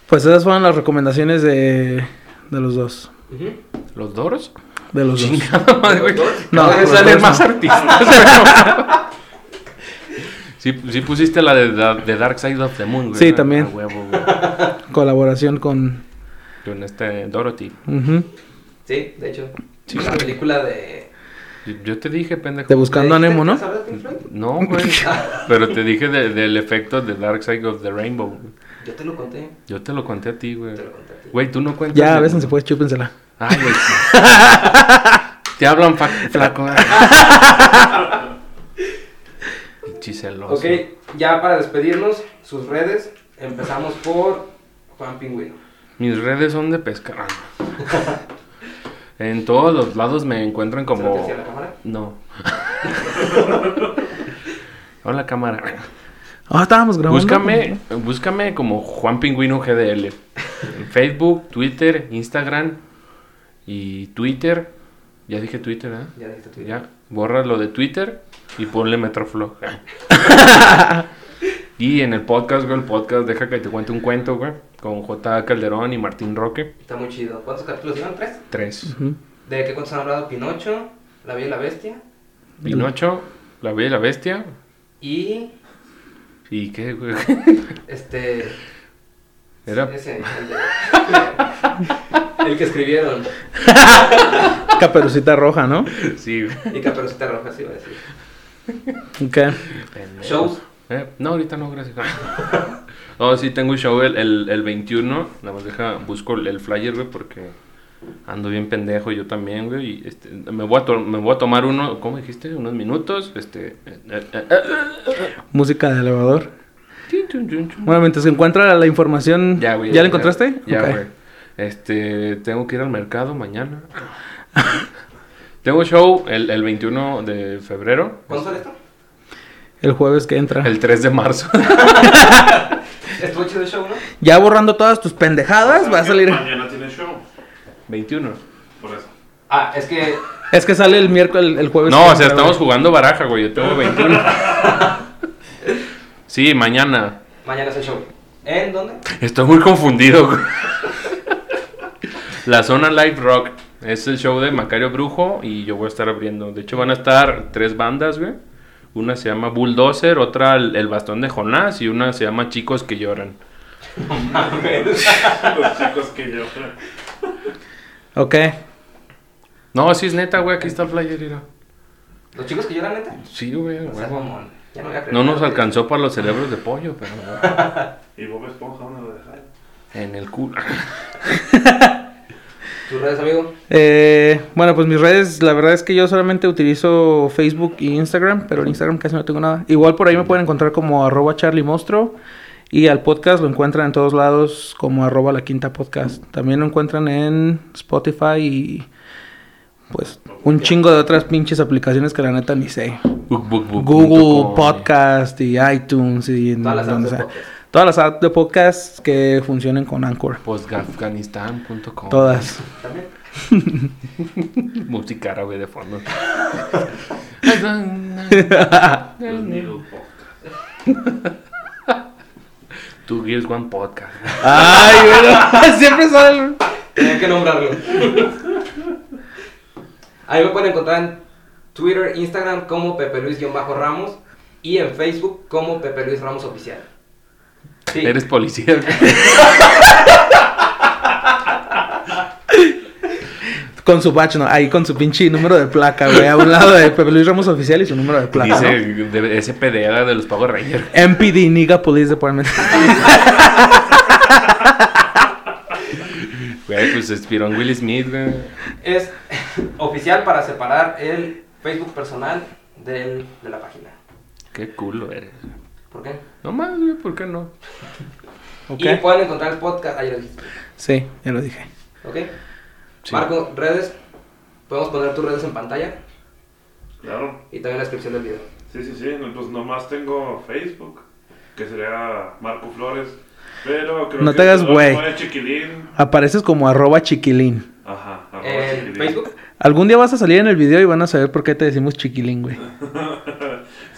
Speaker 4: Pues esas fueron las recomendaciones de, de los dos.
Speaker 2: Ujú.
Speaker 3: ¿Los Doors?
Speaker 4: De los dos.
Speaker 3: Chingada madre, güey.
Speaker 4: No,
Speaker 3: Cada vez
Speaker 4: los
Speaker 3: salen
Speaker 4: Doors no.
Speaker 3: más artistas, pero- Sí, sí pusiste la de, da- de Dark Side of the Moon, güey.
Speaker 4: Sí,
Speaker 3: ¿no?
Speaker 4: también.
Speaker 3: A huevo, güey.
Speaker 4: Colaboración con.
Speaker 3: Con este Dorothy.
Speaker 4: Ujú.
Speaker 2: Sí, de hecho. La película de.
Speaker 3: Yo- Yo te dije, pendejo.
Speaker 4: De Buscando a
Speaker 3: Este,
Speaker 2: ¿Te
Speaker 4: Nemo, ¿no?
Speaker 2: ¿Sabes de Pink Floyd?
Speaker 3: No, güey. Pero te dije de- del efecto de Dark Side of the Rainbow. güey.
Speaker 2: Yo te lo conté.
Speaker 3: Yo te lo conté a ti, güey.
Speaker 2: Te lo conté a ti.
Speaker 3: Güey, tú no cuentas.
Speaker 4: Ya,
Speaker 3: de-
Speaker 4: bésense, pues, chúpensela.
Speaker 3: Ay, güey. Te hablan fa- flaco. güey. Pinche celoso.
Speaker 2: Ok, ya para despedirnos, sus redes. Empezamos por Juan Pingüino.
Speaker 3: Mis redes son de pescar. en todos los lados me encuentran
Speaker 2: ¿Se lo que
Speaker 3: como.
Speaker 2: hacía la cámara?
Speaker 3: No. Hola, cámara.
Speaker 4: Ah, estábamos grabando.
Speaker 3: Búscame, búscame como Juan Pingüino GDL. En Facebook, Twitter, Instagram y Twitter. Ya dije Twitter, ¿ah?
Speaker 2: Ya dijiste tu
Speaker 3: Ya, borra lo de Twitter y ponle Metroflog. y en el podcast, güey, el podcast, deja que te cuente un cuento, güey, con J. Calderón y Martín Roque.
Speaker 2: Está muy chido. ¿Cuántos capítulos llevan? ¿Tres?
Speaker 3: Tres.
Speaker 4: Ujú.
Speaker 2: ¿De qué cuentos han hablado? Pinocho, La Bella y la Bestia
Speaker 3: Pinocho, La Bella y la Bestia.
Speaker 2: y.
Speaker 3: ¿Y qué, güey?
Speaker 2: Este.
Speaker 3: Era
Speaker 2: Ese, el, de- el que escribieron.
Speaker 4: Caperucita roja, ¿no?
Speaker 3: Sí, güey.
Speaker 2: Y Caperucita Roja, sí iba a decir.
Speaker 4: Ok.
Speaker 2: ¿Shows?
Speaker 3: Eh, no, ahorita no, gracias. no, sí, tengo un show el, el, el 21. Nada más deja, busco el, el flyer, güey, porque ando bien pendejo yo también, güey. Y este, me, voy a to- me voy a tomar uno, ¿cómo dijiste? Unos minutos. Este. eh, eh, eh, eh,
Speaker 4: Música de elevador.
Speaker 3: tin, tun, tun, tun.
Speaker 4: Bueno, mientras que encuentra la información.
Speaker 3: Ya, güey.
Speaker 4: ¿Ya, la encontraste?
Speaker 3: Ya,
Speaker 4: Ok.
Speaker 3: güey. Este, tengo que ir al mercado mañana. tengo show el, el 21 de febrero.
Speaker 2: ¿Cuándo sale esto?
Speaker 4: El jueves que entra.
Speaker 3: El 3 de marzo.
Speaker 2: Estuvo chido el show, ¿no?
Speaker 4: Ya borrando todas tus pendejadas, va a salir.
Speaker 5: Mañana tiene show.
Speaker 3: 21.
Speaker 5: Por eso.
Speaker 2: Ah, es que.
Speaker 4: Es que sale el miércoles, el jueves.
Speaker 3: No, o
Speaker 4: que
Speaker 3: sea,
Speaker 4: entra, güey.
Speaker 3: estamos jugando baraja, güey. Yo tengo 21. Sí, mañana.
Speaker 2: Mañana es el show. ¿En dónde?
Speaker 3: Estoy muy confundido, güey. La zona Live Rock es el show de Macario Brujo y yo voy a estar abriendo. De hecho, van a estar tres bandas, güey. Una se llama Bulldozer, otra El El Bastón de Jonás y una se llama Chicos que Lloran.
Speaker 5: Los chicos que yo.
Speaker 4: Ok.
Speaker 3: No, sí es neta, güey. Aquí está el flyer, mira.
Speaker 2: Los chicos que lloran, neta.
Speaker 3: Sí, güey.
Speaker 2: O sea,
Speaker 3: huevo.
Speaker 2: mamón. Ya no voy a creer.
Speaker 3: No nos alcanzó para los cerebros de pollo, pero... güey,
Speaker 5: Y Bob Esponja, ¿dónde lo dejaron?
Speaker 3: En el culo.
Speaker 2: ¿Tus redes, amigo?
Speaker 4: Eh, bueno, pues mis redes, la verdad es que yo solamente utilizo Facebook y Instagram, pero en Instagram casi no tengo nada. Igual por ahí me pueden encontrar como arroba Charlie Monstro y al podcast lo encuentran en todos lados como arroba la quinta podcast. También lo encuentran en Spotify y pues un chingo de otras pinches aplicaciones que la neta ni sé. Google Podcast y iTunes y en
Speaker 2: Todas las
Speaker 4: donde
Speaker 2: apps de
Speaker 4: sea.
Speaker 2: podcast.
Speaker 4: Todas las apps de podcast que funcionen con Anchor.
Speaker 3: Postgafganistán.com.
Speaker 4: Todas.
Speaker 2: También.
Speaker 3: Música árabe de fondo.
Speaker 5: Los Needle Podcast.
Speaker 3: Two Gears One Podcast.
Speaker 4: Ay, bueno, siempre sale.
Speaker 2: Tenía que nombrarlo. Ahí me pueden encontrar en Twitter, Instagram como Pepe Luis-Ramos y en Facebook como Pepe Luis Ramos Oficial. Sí,
Speaker 3: Eres policía.
Speaker 4: Con su batch, ¿no? Ahí con su pinche número de placa, güey. A un lado de Pepe Luis Ramos Oficial y su número de placa.
Speaker 3: Dice
Speaker 4: ¿no?
Speaker 3: de SPD era de los Power Rangers.
Speaker 4: MPD, Niga Police Department.
Speaker 3: Güey, pues inspiró en Will Smith, güey.
Speaker 2: es oficial para separar el Facebook personal del, de la página.
Speaker 3: Qué culo eres.
Speaker 2: ¿Por qué?
Speaker 3: No más, güey, ¿por qué no?
Speaker 4: Ok.
Speaker 2: Y pueden encontrar el podcast. Ahí lo dijiste.
Speaker 4: Sí, ya lo dije.
Speaker 2: ¿Ok?
Speaker 3: Sí.
Speaker 2: Marco, redes. Podemos poner tus redes en pantalla
Speaker 5: Claro.
Speaker 2: y también la descripción del video.
Speaker 5: Sí, sí, sí. no, Pues nomás tengo Facebook, que sería Marco Flores. Pero creo
Speaker 4: No
Speaker 5: que
Speaker 4: te hagas
Speaker 5: voy a
Speaker 4: güey.
Speaker 5: poner Chiquilín.
Speaker 4: Apareces como arroba chiquilín.
Speaker 5: Ajá. arroba
Speaker 2: En
Speaker 5: Chiquilín.
Speaker 2: Facebook.
Speaker 4: Algún día vas a salir en el video y van a saber por qué te decimos chiquilín, güey.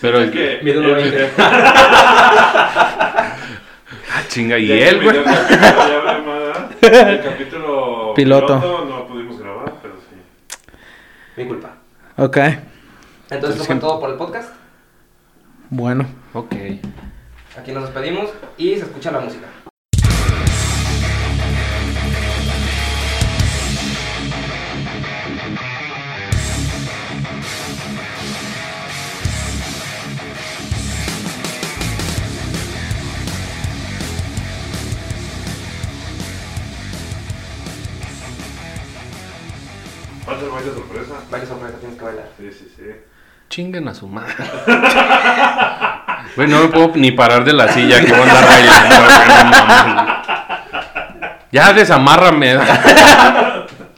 Speaker 3: Pero
Speaker 5: es
Speaker 3: el que.
Speaker 5: que.
Speaker 2: Mido
Speaker 5: el
Speaker 2: 1.20.
Speaker 5: video-
Speaker 3: Ah, chinga, y
Speaker 5: ya que
Speaker 3: él,
Speaker 5: el
Speaker 3: güey.
Speaker 5: video capítulo ya hablé más, ¿eh? El capítulo
Speaker 4: Piloto.
Speaker 5: no pudimos grabar, pero sí.
Speaker 2: Mi culpa.
Speaker 4: Ok,
Speaker 2: Entonces, eso fue todo por el podcast.
Speaker 4: bueno.
Speaker 3: Ok.
Speaker 2: Aquí nos despedimos y se escucha la música.
Speaker 5: Va a ser baile sorpresa.
Speaker 2: Vaya sorpresa, tienes que bailar.
Speaker 5: Sí, sí, sí.
Speaker 3: Chinguen a su madre. Güey, no me puedo ni parar de la silla que voy a andar bailando. güey, no mames. ya desamárrame.